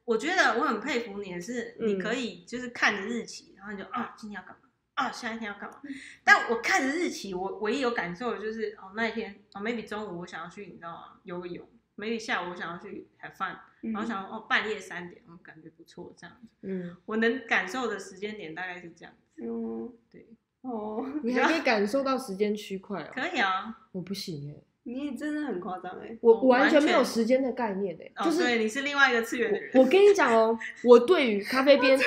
Speaker 2: 我觉得我很佩服你的是，
Speaker 3: 嗯
Speaker 2: 你可以就是看着日期，然后你就啊，今天要干嘛？啊，下一天要干
Speaker 3: 嗯
Speaker 2: 嘛？但我看着日期，我唯一有感受的就是，哦，那一天，哦，maybe 中午我想要去，你知道吗？游个泳，maybe 下午我想要去 have fun，然后
Speaker 1: 嗯
Speaker 2: 想说哦，半夜三点，我感觉不错，这样子，
Speaker 3: 嗯，
Speaker 2: 我能感受的时间点大概是这样子，
Speaker 1: 嗯
Speaker 2: 对，
Speaker 1: 哦，
Speaker 3: 你还可以感受到时间区块哦。
Speaker 2: 可以啊，
Speaker 3: 我不行哎，
Speaker 1: 你也真的很夸张哎，
Speaker 3: 我
Speaker 2: 哦
Speaker 3: 我完全
Speaker 2: 完全
Speaker 3: 没有时间的概念哎，
Speaker 2: 哦，
Speaker 3: 就是
Speaker 2: 对，你是另外一个次元的人，
Speaker 3: 我我跟你讲哦，我对于咖啡边，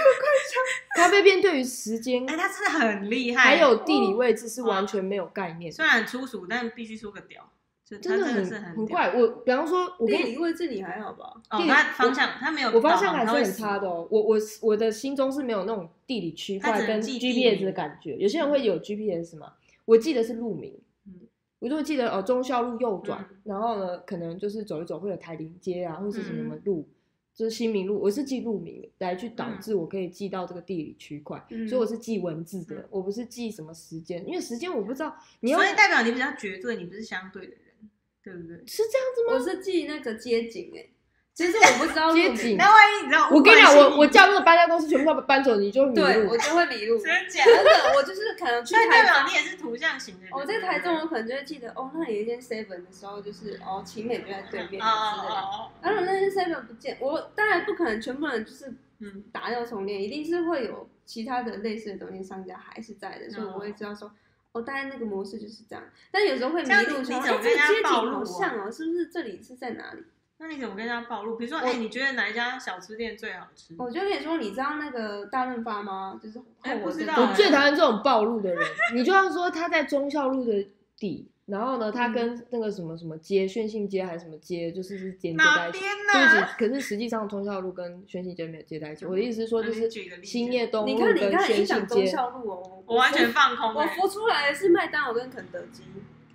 Speaker 3: 咖啡边对于时间
Speaker 2: 哎，他真的很厉害，欸
Speaker 3: 还有地理位置是完全没有概念，
Speaker 2: 虽然很粗俗，但必须说个屌，就他
Speaker 3: 真的
Speaker 2: 真的是
Speaker 3: 很
Speaker 2: 屌
Speaker 3: 很怪。我比方说，我跟
Speaker 1: 地
Speaker 3: 你
Speaker 1: 理位置你还好吧？
Speaker 2: 哦
Speaker 3: 地，理
Speaker 2: 他方向他没有
Speaker 3: 我
Speaker 2: 导
Speaker 3: 方
Speaker 2: 航，
Speaker 3: 向感
Speaker 2: 他
Speaker 3: 是
Speaker 2: 会
Speaker 3: 很
Speaker 2: 死
Speaker 3: 差的哦。我我我的心中是没有那种地理区
Speaker 2: 它
Speaker 3: 块
Speaker 2: 只能
Speaker 3: 跟
Speaker 2: 记地名
Speaker 3: GPS 的感觉。有些人会有 GPS 嘛，我记得是路名
Speaker 2: 嗯，
Speaker 3: 我就记得哦，忠孝路右转，
Speaker 2: 嗯
Speaker 3: 然后呢，可能就是走一走会有台林街啊，或是什么什么
Speaker 2: 嗯
Speaker 3: 路，就是新民路，我是记路名来去导
Speaker 2: 嗯
Speaker 3: 致我可以记到这个地理区块，
Speaker 1: 嗯
Speaker 3: 所以我是记文字的，
Speaker 2: 嗯
Speaker 3: 我不是记什么时间，因为时间我不知道你要
Speaker 2: 所以代表你比较绝对，你不是相对的人，对不对？
Speaker 3: 是这样子吗？
Speaker 1: 我是记那个街景哎、其实我不知道路 名
Speaker 3: 街景
Speaker 2: 那万一你知道，
Speaker 3: 我跟你讲，我我叫那个搬家公司全部都搬走，你就迷
Speaker 1: 对
Speaker 3: 路
Speaker 1: 我。就会 迷路，
Speaker 2: 真的假
Speaker 1: 真
Speaker 2: 的？
Speaker 1: 的，我就是可能去
Speaker 2: 所以代
Speaker 1: 台
Speaker 2: 表
Speaker 1: 中
Speaker 2: 你，也是图像型的人。
Speaker 1: 我哦在台中，我可能就会记得哦，那里有一间 seven 的时候，就是哦，晴美就在对面之类
Speaker 2: 啊啊啊
Speaker 1: 的。
Speaker 2: 啊！
Speaker 1: 然后那间 seven 不见，我当然不可能全部人就是
Speaker 2: 嗯，
Speaker 1: 打掉重练，一定是会有其他的类似的东西商家还是在
Speaker 2: 嗯
Speaker 1: 的，所以我会知道说。哦，大概那个模式就是这样，但有时候会迷
Speaker 2: 这样
Speaker 1: 路，
Speaker 2: 你
Speaker 1: 想
Speaker 2: 怎
Speaker 1: 说
Speaker 2: 么跟
Speaker 1: 哎这个
Speaker 2: 人家
Speaker 1: 街景
Speaker 2: 暴露
Speaker 1: 好
Speaker 2: 啊
Speaker 1: 像哦，是不是这里是在哪里？
Speaker 2: 那你怎么跟大家暴露？比如说，
Speaker 1: 我
Speaker 2: 哎，你觉得哪一家小吃店最好吃？
Speaker 3: 哦
Speaker 1: 我就跟你说，你知道那个大润发吗？就是
Speaker 2: 哎
Speaker 1: 后
Speaker 2: 不
Speaker 1: 我
Speaker 2: 知
Speaker 1: 这
Speaker 2: 道
Speaker 1: 边
Speaker 2: 哎
Speaker 3: 我最讨厌这种暴露的人。你就要说他在忠孝路的底，然后呢，
Speaker 2: 嗯
Speaker 3: 他跟那个什么什么街，宣信街还是什么街，就是是连接在
Speaker 2: 哪
Speaker 3: 一起。
Speaker 2: 边啊
Speaker 3: 对
Speaker 2: 呢？
Speaker 3: 不起，可是实际上忠孝路跟宣信街没有接在一起。我的意思是说，就
Speaker 2: 那
Speaker 3: 是
Speaker 2: 啊你举个例子
Speaker 3: 兴业东
Speaker 1: 你
Speaker 3: 路
Speaker 1: 看，你
Speaker 3: 跟
Speaker 1: 刚才
Speaker 3: 宣
Speaker 1: 一讲
Speaker 3: 信
Speaker 1: 忠
Speaker 3: 街，
Speaker 1: 孝路哦，
Speaker 2: 我完全
Speaker 1: 浮
Speaker 2: 放空哎
Speaker 1: 我
Speaker 2: 了。
Speaker 1: 浮出来的是麦当劳跟肯德基，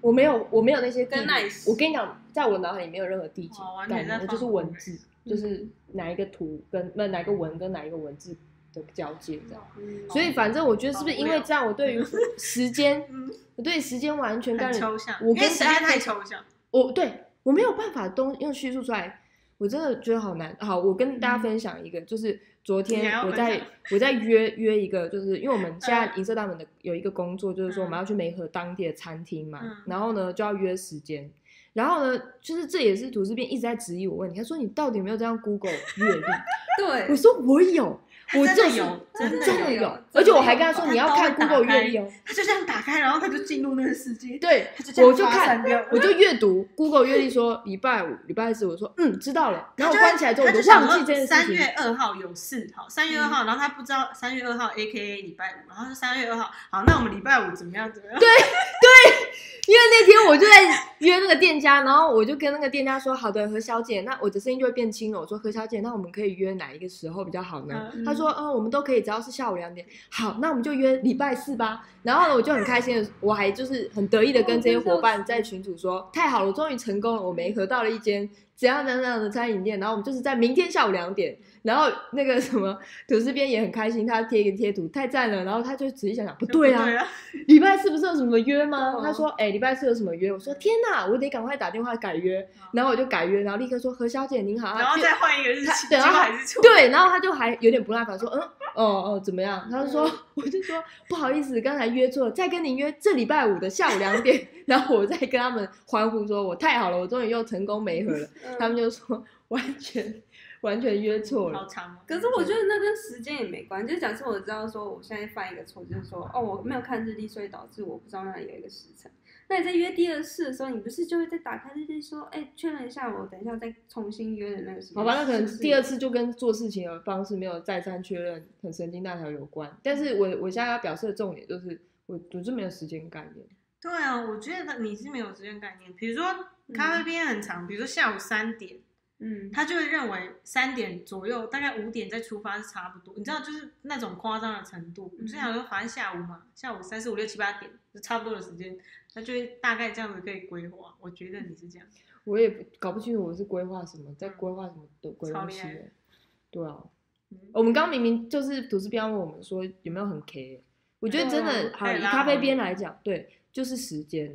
Speaker 3: 我没有我没有那些地
Speaker 1: 跟 Nice
Speaker 3: 我跟你讲，在我脑海里没有任何地景
Speaker 2: 哦完全
Speaker 3: 概念，
Speaker 2: 在
Speaker 3: 我就是
Speaker 2: 放空
Speaker 3: 文
Speaker 2: 欸
Speaker 3: 字，就是哪一个图跟那哪一个文跟哪一个文字的交界这样。
Speaker 1: 嗯
Speaker 3: 所以反正我觉得是不是因为这样，我对于时间
Speaker 2: 嗯，
Speaker 3: 我对时间完全概
Speaker 2: 很
Speaker 3: 念，
Speaker 2: 抽象，
Speaker 3: 我
Speaker 2: 因为
Speaker 3: 跟
Speaker 2: 时间
Speaker 3: 大家
Speaker 2: 太抽象。
Speaker 3: 我对我没有办法东用叙述出来，我真的觉得好难。好，我跟大家分享一个，就是昨
Speaker 2: 嗯你还
Speaker 3: 天
Speaker 2: 要
Speaker 3: 我
Speaker 2: 分享嗯
Speaker 3: 在我在约约一个，就是因为我们现在银色大门的有一个工作，就是说我们要去梅河当地的餐厅嘛，
Speaker 2: 嗯
Speaker 3: 然后呢就要约时间。然后呢，就是这也是土司边一直在质疑我问题，他说你到底有没有这样 Google 阅历？
Speaker 1: 对
Speaker 3: 我，说我有，我
Speaker 2: 真
Speaker 3: 就
Speaker 2: 的
Speaker 3: 是
Speaker 2: 有
Speaker 3: 我
Speaker 2: 真的
Speaker 3: 真的有
Speaker 1: 有真，
Speaker 3: 而且
Speaker 1: 的
Speaker 3: 我还
Speaker 1: 有
Speaker 3: 跟他说
Speaker 2: 他
Speaker 3: 你要
Speaker 2: 都会
Speaker 3: 看
Speaker 2: 打
Speaker 3: Google 阅
Speaker 2: 开
Speaker 3: 历哦，
Speaker 2: 他就这样打开，然后他就进入那个世界，
Speaker 3: 对，
Speaker 2: 他就这样
Speaker 3: 我就
Speaker 2: 发
Speaker 3: 看
Speaker 2: 散掉
Speaker 3: 我就阅读 Google 阅历说礼拜五、礼拜四，我说嗯知道了，然后我
Speaker 2: 就
Speaker 3: 关起来之后我
Speaker 2: 他
Speaker 3: 就
Speaker 2: 就
Speaker 3: 忘记这件
Speaker 2: 三
Speaker 3: 事
Speaker 2: 月
Speaker 3: 情。嗯
Speaker 2: 二号有事，好，三月二号，然后他不知道三月二号 A K A 礼拜五，然后是三月二号，好，那我们礼拜五怎么样怎么样？对，
Speaker 3: 啊因为那天我就在约那个店家，然后我就跟那个店家说：“好的，何小姐，那我的声音就会变轻了。”我说：“何小姐，那我们可以约哪一个时候比较好呢？”
Speaker 1: 嗯
Speaker 3: 他说：“嗯，我们都可以，只要是下午两点。好，那我们就约礼拜四吧。”然后呢，我就很开心的，我还就是很得意的跟这些伙伴在群组说：“太好了，我终于成功了，我没合到了一间怎样怎样怎样的餐饮店。”然后我们就是在明天下午两点。然后那个什么吐司边也很开心，他贴一个贴图，太赞了。然后他就仔细想想，不对啊，
Speaker 2: 对啊，
Speaker 3: 礼拜四不是有什么约吗？
Speaker 1: 嗯
Speaker 3: 他说，哎、礼拜四有什么约？我说，天哪，我得赶快打电话改约。然后我就改约，然后立刻说，何小姐您好。
Speaker 2: 嗯
Speaker 3: 啊
Speaker 2: 然后
Speaker 3: 就
Speaker 2: 再换一个日
Speaker 3: 他
Speaker 2: 期，
Speaker 3: 对
Speaker 2: 结
Speaker 3: 然
Speaker 2: 果
Speaker 3: 后
Speaker 2: 还是 错。
Speaker 3: 对，然后他就还有点不耐烦说，嗯，哦哦，怎么样？他就说，
Speaker 1: 嗯
Speaker 3: 我就说不好意思，刚才约错了，再跟您约这礼拜五的下午两点。 然后我再跟他们欢呼说，我太好了，我终于又成功媒合了。
Speaker 1: 嗯
Speaker 3: 他们就说，完全完全约啊错了
Speaker 2: 好。长哦。
Speaker 1: 可是我觉得那跟时间也没关，就假设我知道说我现在犯一个错，就是说哦我没有看日历，所以导致我不知道那里有一个时辰。那你在约第二次的时候，你不是就会再打开日历说，哎、确认一下我等一下再重新约的那个时间？
Speaker 3: 好吧，那可能
Speaker 1: 是不是
Speaker 3: 第二次就跟做事情的方式没有再三确认，很神经大条有关。但是我我现在要表示的重点就是，我我就没有时间概念。
Speaker 2: 对啊，我觉得你是没有时间概念。比
Speaker 3: 嗯
Speaker 2: 如说咖啡边很长，比如说下午三点，
Speaker 1: 嗯，
Speaker 2: 他就会认为三点左右，大概五点再出发是差不多。你知道，就是那种夸张的程度。我就想
Speaker 3: 嗯
Speaker 2: 说，反正下午嘛，下午三四五六七八点就差不多的时间，他就会大概这样子可以规划。我觉得你是这样，
Speaker 3: 我也不搞不清楚我是规划什么，
Speaker 1: 嗯
Speaker 3: 在规划什么的鬼
Speaker 2: 超
Speaker 3: 东
Speaker 2: 厉
Speaker 3: 西
Speaker 2: 害
Speaker 3: 欸。对啊，
Speaker 2: 嗯，
Speaker 3: 我们刚刚明明就是吐司边问我们说有没有很 K，欸我觉得真
Speaker 1: 对
Speaker 3: 的
Speaker 2: 啊
Speaker 3: 好
Speaker 2: 太
Speaker 3: 以
Speaker 2: 拉
Speaker 3: 咖啡
Speaker 2: 毛
Speaker 3: 边
Speaker 2: 了
Speaker 3: 来讲，对，就是时间。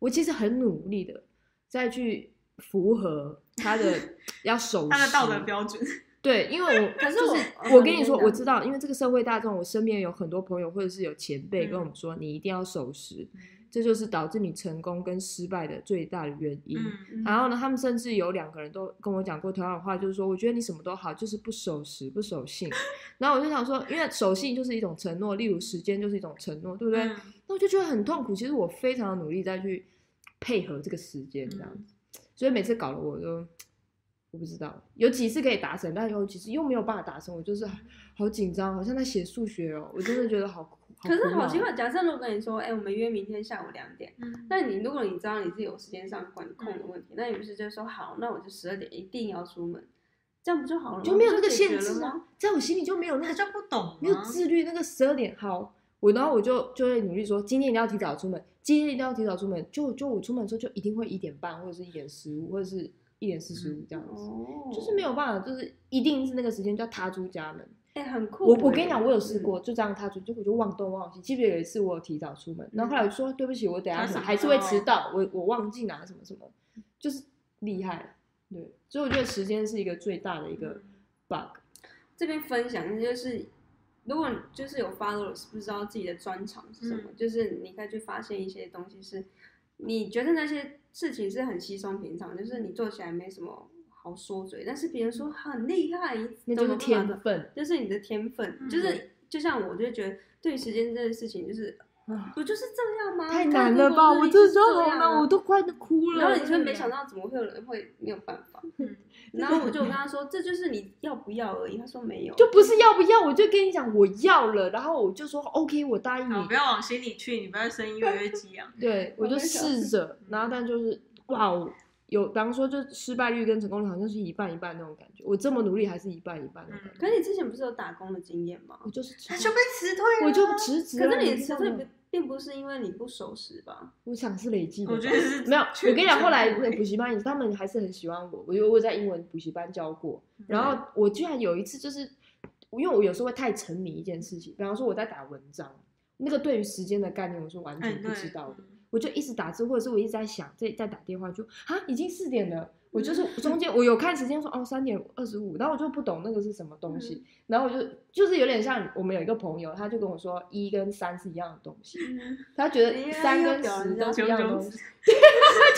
Speaker 3: 我其实很努力的再去符合他的 要守
Speaker 2: 他的道德
Speaker 3: 时
Speaker 2: 标准。
Speaker 3: 对，因为我
Speaker 1: 可是
Speaker 3: 就
Speaker 1: 我
Speaker 3: 是
Speaker 1: 嗯
Speaker 3: 我跟你
Speaker 1: 你
Speaker 3: 说，
Speaker 1: 先
Speaker 3: 我
Speaker 1: 讲
Speaker 3: 知道，因为这个社会大众，我身边有很多朋友或者是有前辈
Speaker 2: 嗯
Speaker 3: 跟我们说，你一定要守时，这就是导致你成功跟失败的最大的原因。
Speaker 2: 嗯，
Speaker 3: 然后呢，他们甚至有两个人都跟我讲过同样的话，就是说，我觉得你什么都好，就是不守时、不守 信。然后我就想说，因为守信就是一种承诺，例如时间就是一种承诺，对不对？
Speaker 2: 嗯
Speaker 3: 那我就觉得很痛苦。其实我非常努力再去配合这个时间这样
Speaker 1: 嗯
Speaker 3: 子，所以每次搞了我都我不知道，有几次可以达成，但有几次又没有办法达成，我就是好紧张，好像在写数学哦，我真的觉得好苦。
Speaker 1: 可是好
Speaker 3: 好
Speaker 1: 奇怪，假设如果跟你说，哎、我们约明天下午两点，
Speaker 2: 嗯
Speaker 1: 那你如果你知道你是有时间上管控的问题，那你不是就说好，那我就十二点一定要出门，这样不就好了吗？
Speaker 3: 就没有那
Speaker 1: 不
Speaker 3: 个
Speaker 1: 解决
Speaker 3: 限
Speaker 1: 了
Speaker 3: 制啊
Speaker 1: 吗
Speaker 3: 啊，在我心里就没有那
Speaker 1: 哦
Speaker 2: 他
Speaker 3: 个
Speaker 2: 就不懂啊
Speaker 3: 没有自律，那个十二点好，我然后我就就会努力说，今天一定要提早出门，今天一定要提早出门。就就我出门的时候就一定会一点半，或者是一点十五，或者是一点四十五这样子，
Speaker 1: 哦，
Speaker 3: 就是没有办法，就是一定是那个时间就要踏出家门。
Speaker 1: 哎、很酷
Speaker 3: 我
Speaker 1: 欸。
Speaker 3: 我跟你讲，我有试
Speaker 1: 嗯
Speaker 3: 过，就这样踏出，就我就忘东忘西。记不记得有一次我有提早出门，然后后来我就说对不起，我等下
Speaker 2: 还
Speaker 3: 可能
Speaker 2: 什
Speaker 3: 还是会
Speaker 2: 么
Speaker 3: 迟到，我我忘记拿什么什么，就是厉害，对。所以我觉得时间是一个最大的一
Speaker 1: 嗯
Speaker 3: 个 bug。
Speaker 1: 这边分享就是，如果你就是有 followers 不知道自己的专长是什
Speaker 3: 嗯
Speaker 1: 么，就是你可以去发现一些东西是，你觉得那些事情是很稀松平常，就是你做起来没什么好说嘴，但是别人说很厉害，
Speaker 3: 嗯那就是
Speaker 1: 怎么办啊
Speaker 3: 天分，
Speaker 1: 就是你的天分，
Speaker 2: 嗯
Speaker 1: 就是就像我就觉得对于时间这件事情，就是
Speaker 3: 啊
Speaker 1: 不就是这样吗？
Speaker 3: 太
Speaker 1: 你
Speaker 3: 难
Speaker 1: 看
Speaker 3: 了
Speaker 1: Google
Speaker 3: 吧！
Speaker 1: 日
Speaker 3: 我
Speaker 1: 历
Speaker 3: 真的
Speaker 1: 是
Speaker 3: 知道
Speaker 1: 这
Speaker 3: 好
Speaker 1: 样
Speaker 3: 难，
Speaker 1: 啊
Speaker 3: 我都快哭了。
Speaker 1: 然后你就没
Speaker 3: 到。
Speaker 1: 想到怎么会有人会没有办法，
Speaker 2: 嗯
Speaker 1: 然后我就跟他说，这就是你要不要而已。他说没有，
Speaker 3: 就不是要不要，我就跟你讲我要了，然后我就说 OK，我答应
Speaker 2: 好，
Speaker 3: 你
Speaker 2: 不，要往心里去，你不要声音越来越 激昂。
Speaker 3: 对我
Speaker 1: 我
Speaker 3: 就
Speaker 1: 跟你讲
Speaker 3: 试着，然后但就是哇，我有，比方说就失败率跟成功率好像是一半一半那种感觉，我这么努力还是一半一半那种感
Speaker 1: 可
Speaker 3: 觉，
Speaker 1: 是你之前不是有打工的经验吗？
Speaker 3: 我就是辞
Speaker 2: 他
Speaker 3: 职
Speaker 2: 就被辞退了。
Speaker 3: 我就辞职了，
Speaker 1: 可是你
Speaker 3: 知
Speaker 1: 辞
Speaker 3: 道
Speaker 1: 退
Speaker 3: 吗
Speaker 1: 不，并不是因为你不守时吧？
Speaker 3: 我想是累积的吧，
Speaker 2: 我觉得是
Speaker 3: 没有，我
Speaker 2: 确
Speaker 3: 跟你讲，
Speaker 2: 实
Speaker 3: 后来
Speaker 2: 不会
Speaker 3: 那补习班也是他们还是很喜欢我，我因为我在英文补习班教过，然后我居然有一次就是，因为我有时候会太沉迷一件事情，比方说我在打文章，那个对于时间的概念我是完全
Speaker 2: 嗯，
Speaker 3: 不
Speaker 2: 对，
Speaker 3: 知道的，
Speaker 2: 嗯
Speaker 3: 我就一直打字，或者是我一直在想，在在打电话就啊已经四点了。我就是中间我有看时间说哦三点二十五，然后我就不懂那个是什么东西，然后我就就是有点像我们有一个朋友，他就跟我说一跟三是一样的东西，他觉
Speaker 1: 哎
Speaker 3: 得
Speaker 1: 呀
Speaker 3: 三
Speaker 1: 要
Speaker 3: 跟
Speaker 1: 表
Speaker 3: 十
Speaker 1: 人家
Speaker 3: 都是一样的
Speaker 2: 九九
Speaker 3: 东西。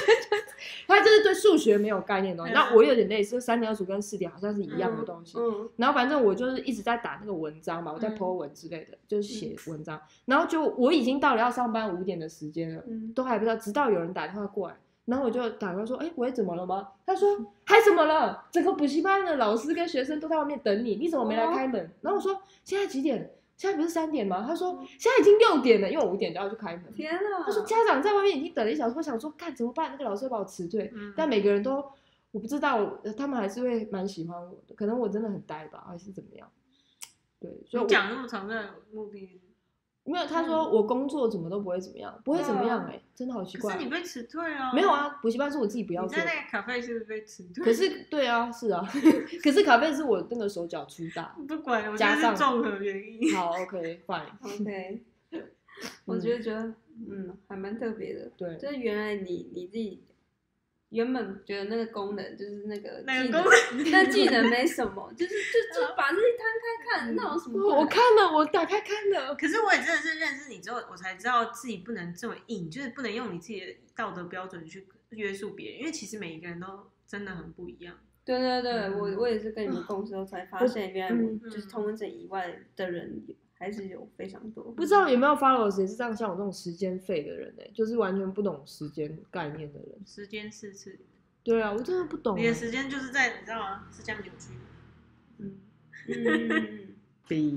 Speaker 3: 他就是对数学没有概念的东西。
Speaker 2: 嗯
Speaker 3: 那我有点类似，三点二十五跟四点好像是一样的东西。
Speaker 1: 嗯，
Speaker 3: 然后反正我就是一直在打那个文章嘛，我在
Speaker 2: 嗯
Speaker 3: po 文之类的，就是写
Speaker 1: 嗯
Speaker 3: 文章。然后就我已经到了要上班五点的时间了，
Speaker 1: 嗯
Speaker 3: 都还不知道，直到有人打电话过来。然后我就打电话说：“哎，喂，怎么了吗？”他说：“还怎么了？整个补习班的老师跟学生都在外面等你，你怎么没来
Speaker 2: 哦
Speaker 3: 开门？”然后我说：“现在几点？现在不是三点吗？”他说：“
Speaker 2: 哦
Speaker 3: 现在已经六点了，因为我五点就要去开门。”
Speaker 1: 天啊！
Speaker 3: 他说家长在外面已经等了一小时，我想说干怎么办？那个老师会把我辞退，
Speaker 2: 嗯
Speaker 3: 但每个人都我不知道，呃他们还是会蛮喜欢我的，可能我真的很呆吧，还是怎么样？对，所以
Speaker 2: 你
Speaker 3: 我
Speaker 2: 讲那么长的目的，
Speaker 3: 没有他说我工作怎么都不会怎么样，不会怎么样哎、真的好奇
Speaker 2: 嗯可
Speaker 3: 怪
Speaker 2: 是。你被辞退了。
Speaker 3: 没有，啊，补习班是我自己不要
Speaker 2: 你
Speaker 3: 做
Speaker 2: 在
Speaker 3: 的。
Speaker 2: 那个咖啡是不是被辞退？
Speaker 3: 可是对啊，是啊， 可是卡贝是我那个手脚粗大。
Speaker 2: 不管，我觉
Speaker 3: 加
Speaker 2: 得
Speaker 3: 上
Speaker 2: 是综合原因。
Speaker 3: 好，OK，fine，、嗯
Speaker 1: OK，我觉得觉得嗯还蛮特别的，
Speaker 3: 对，
Speaker 1: 就是原来你你自己原本觉得那个功能就是那个
Speaker 2: 那个
Speaker 1: 技能
Speaker 2: 功嗯
Speaker 1: 那技能 没什么，就是就就把自己摊开看，那有什么困难？
Speaker 3: 哦我看了，我打开看了，
Speaker 2: 可是我也真的是认识你之后，我才知道自己不能这么硬，就是不能用你自己的道德标准去约束别人，因为其实每一个人都真的很不一样。
Speaker 1: 对对对，
Speaker 2: 嗯
Speaker 1: 我我也是跟你们共事后才发现，原来
Speaker 3: 嗯
Speaker 1: 我就是通婚证以外的人还是有非常多。
Speaker 3: 不知道有没有 follow 谁是这样像我这种时间废的人呢、欸就是完全不懂时间概念的人。
Speaker 2: 时间是是，
Speaker 3: 对啊，我真的不懂、
Speaker 2: 你的时间就是在你知道吗？是这样扭曲的。
Speaker 1: 嗯嗯嗯嗯嗯。
Speaker 3: 比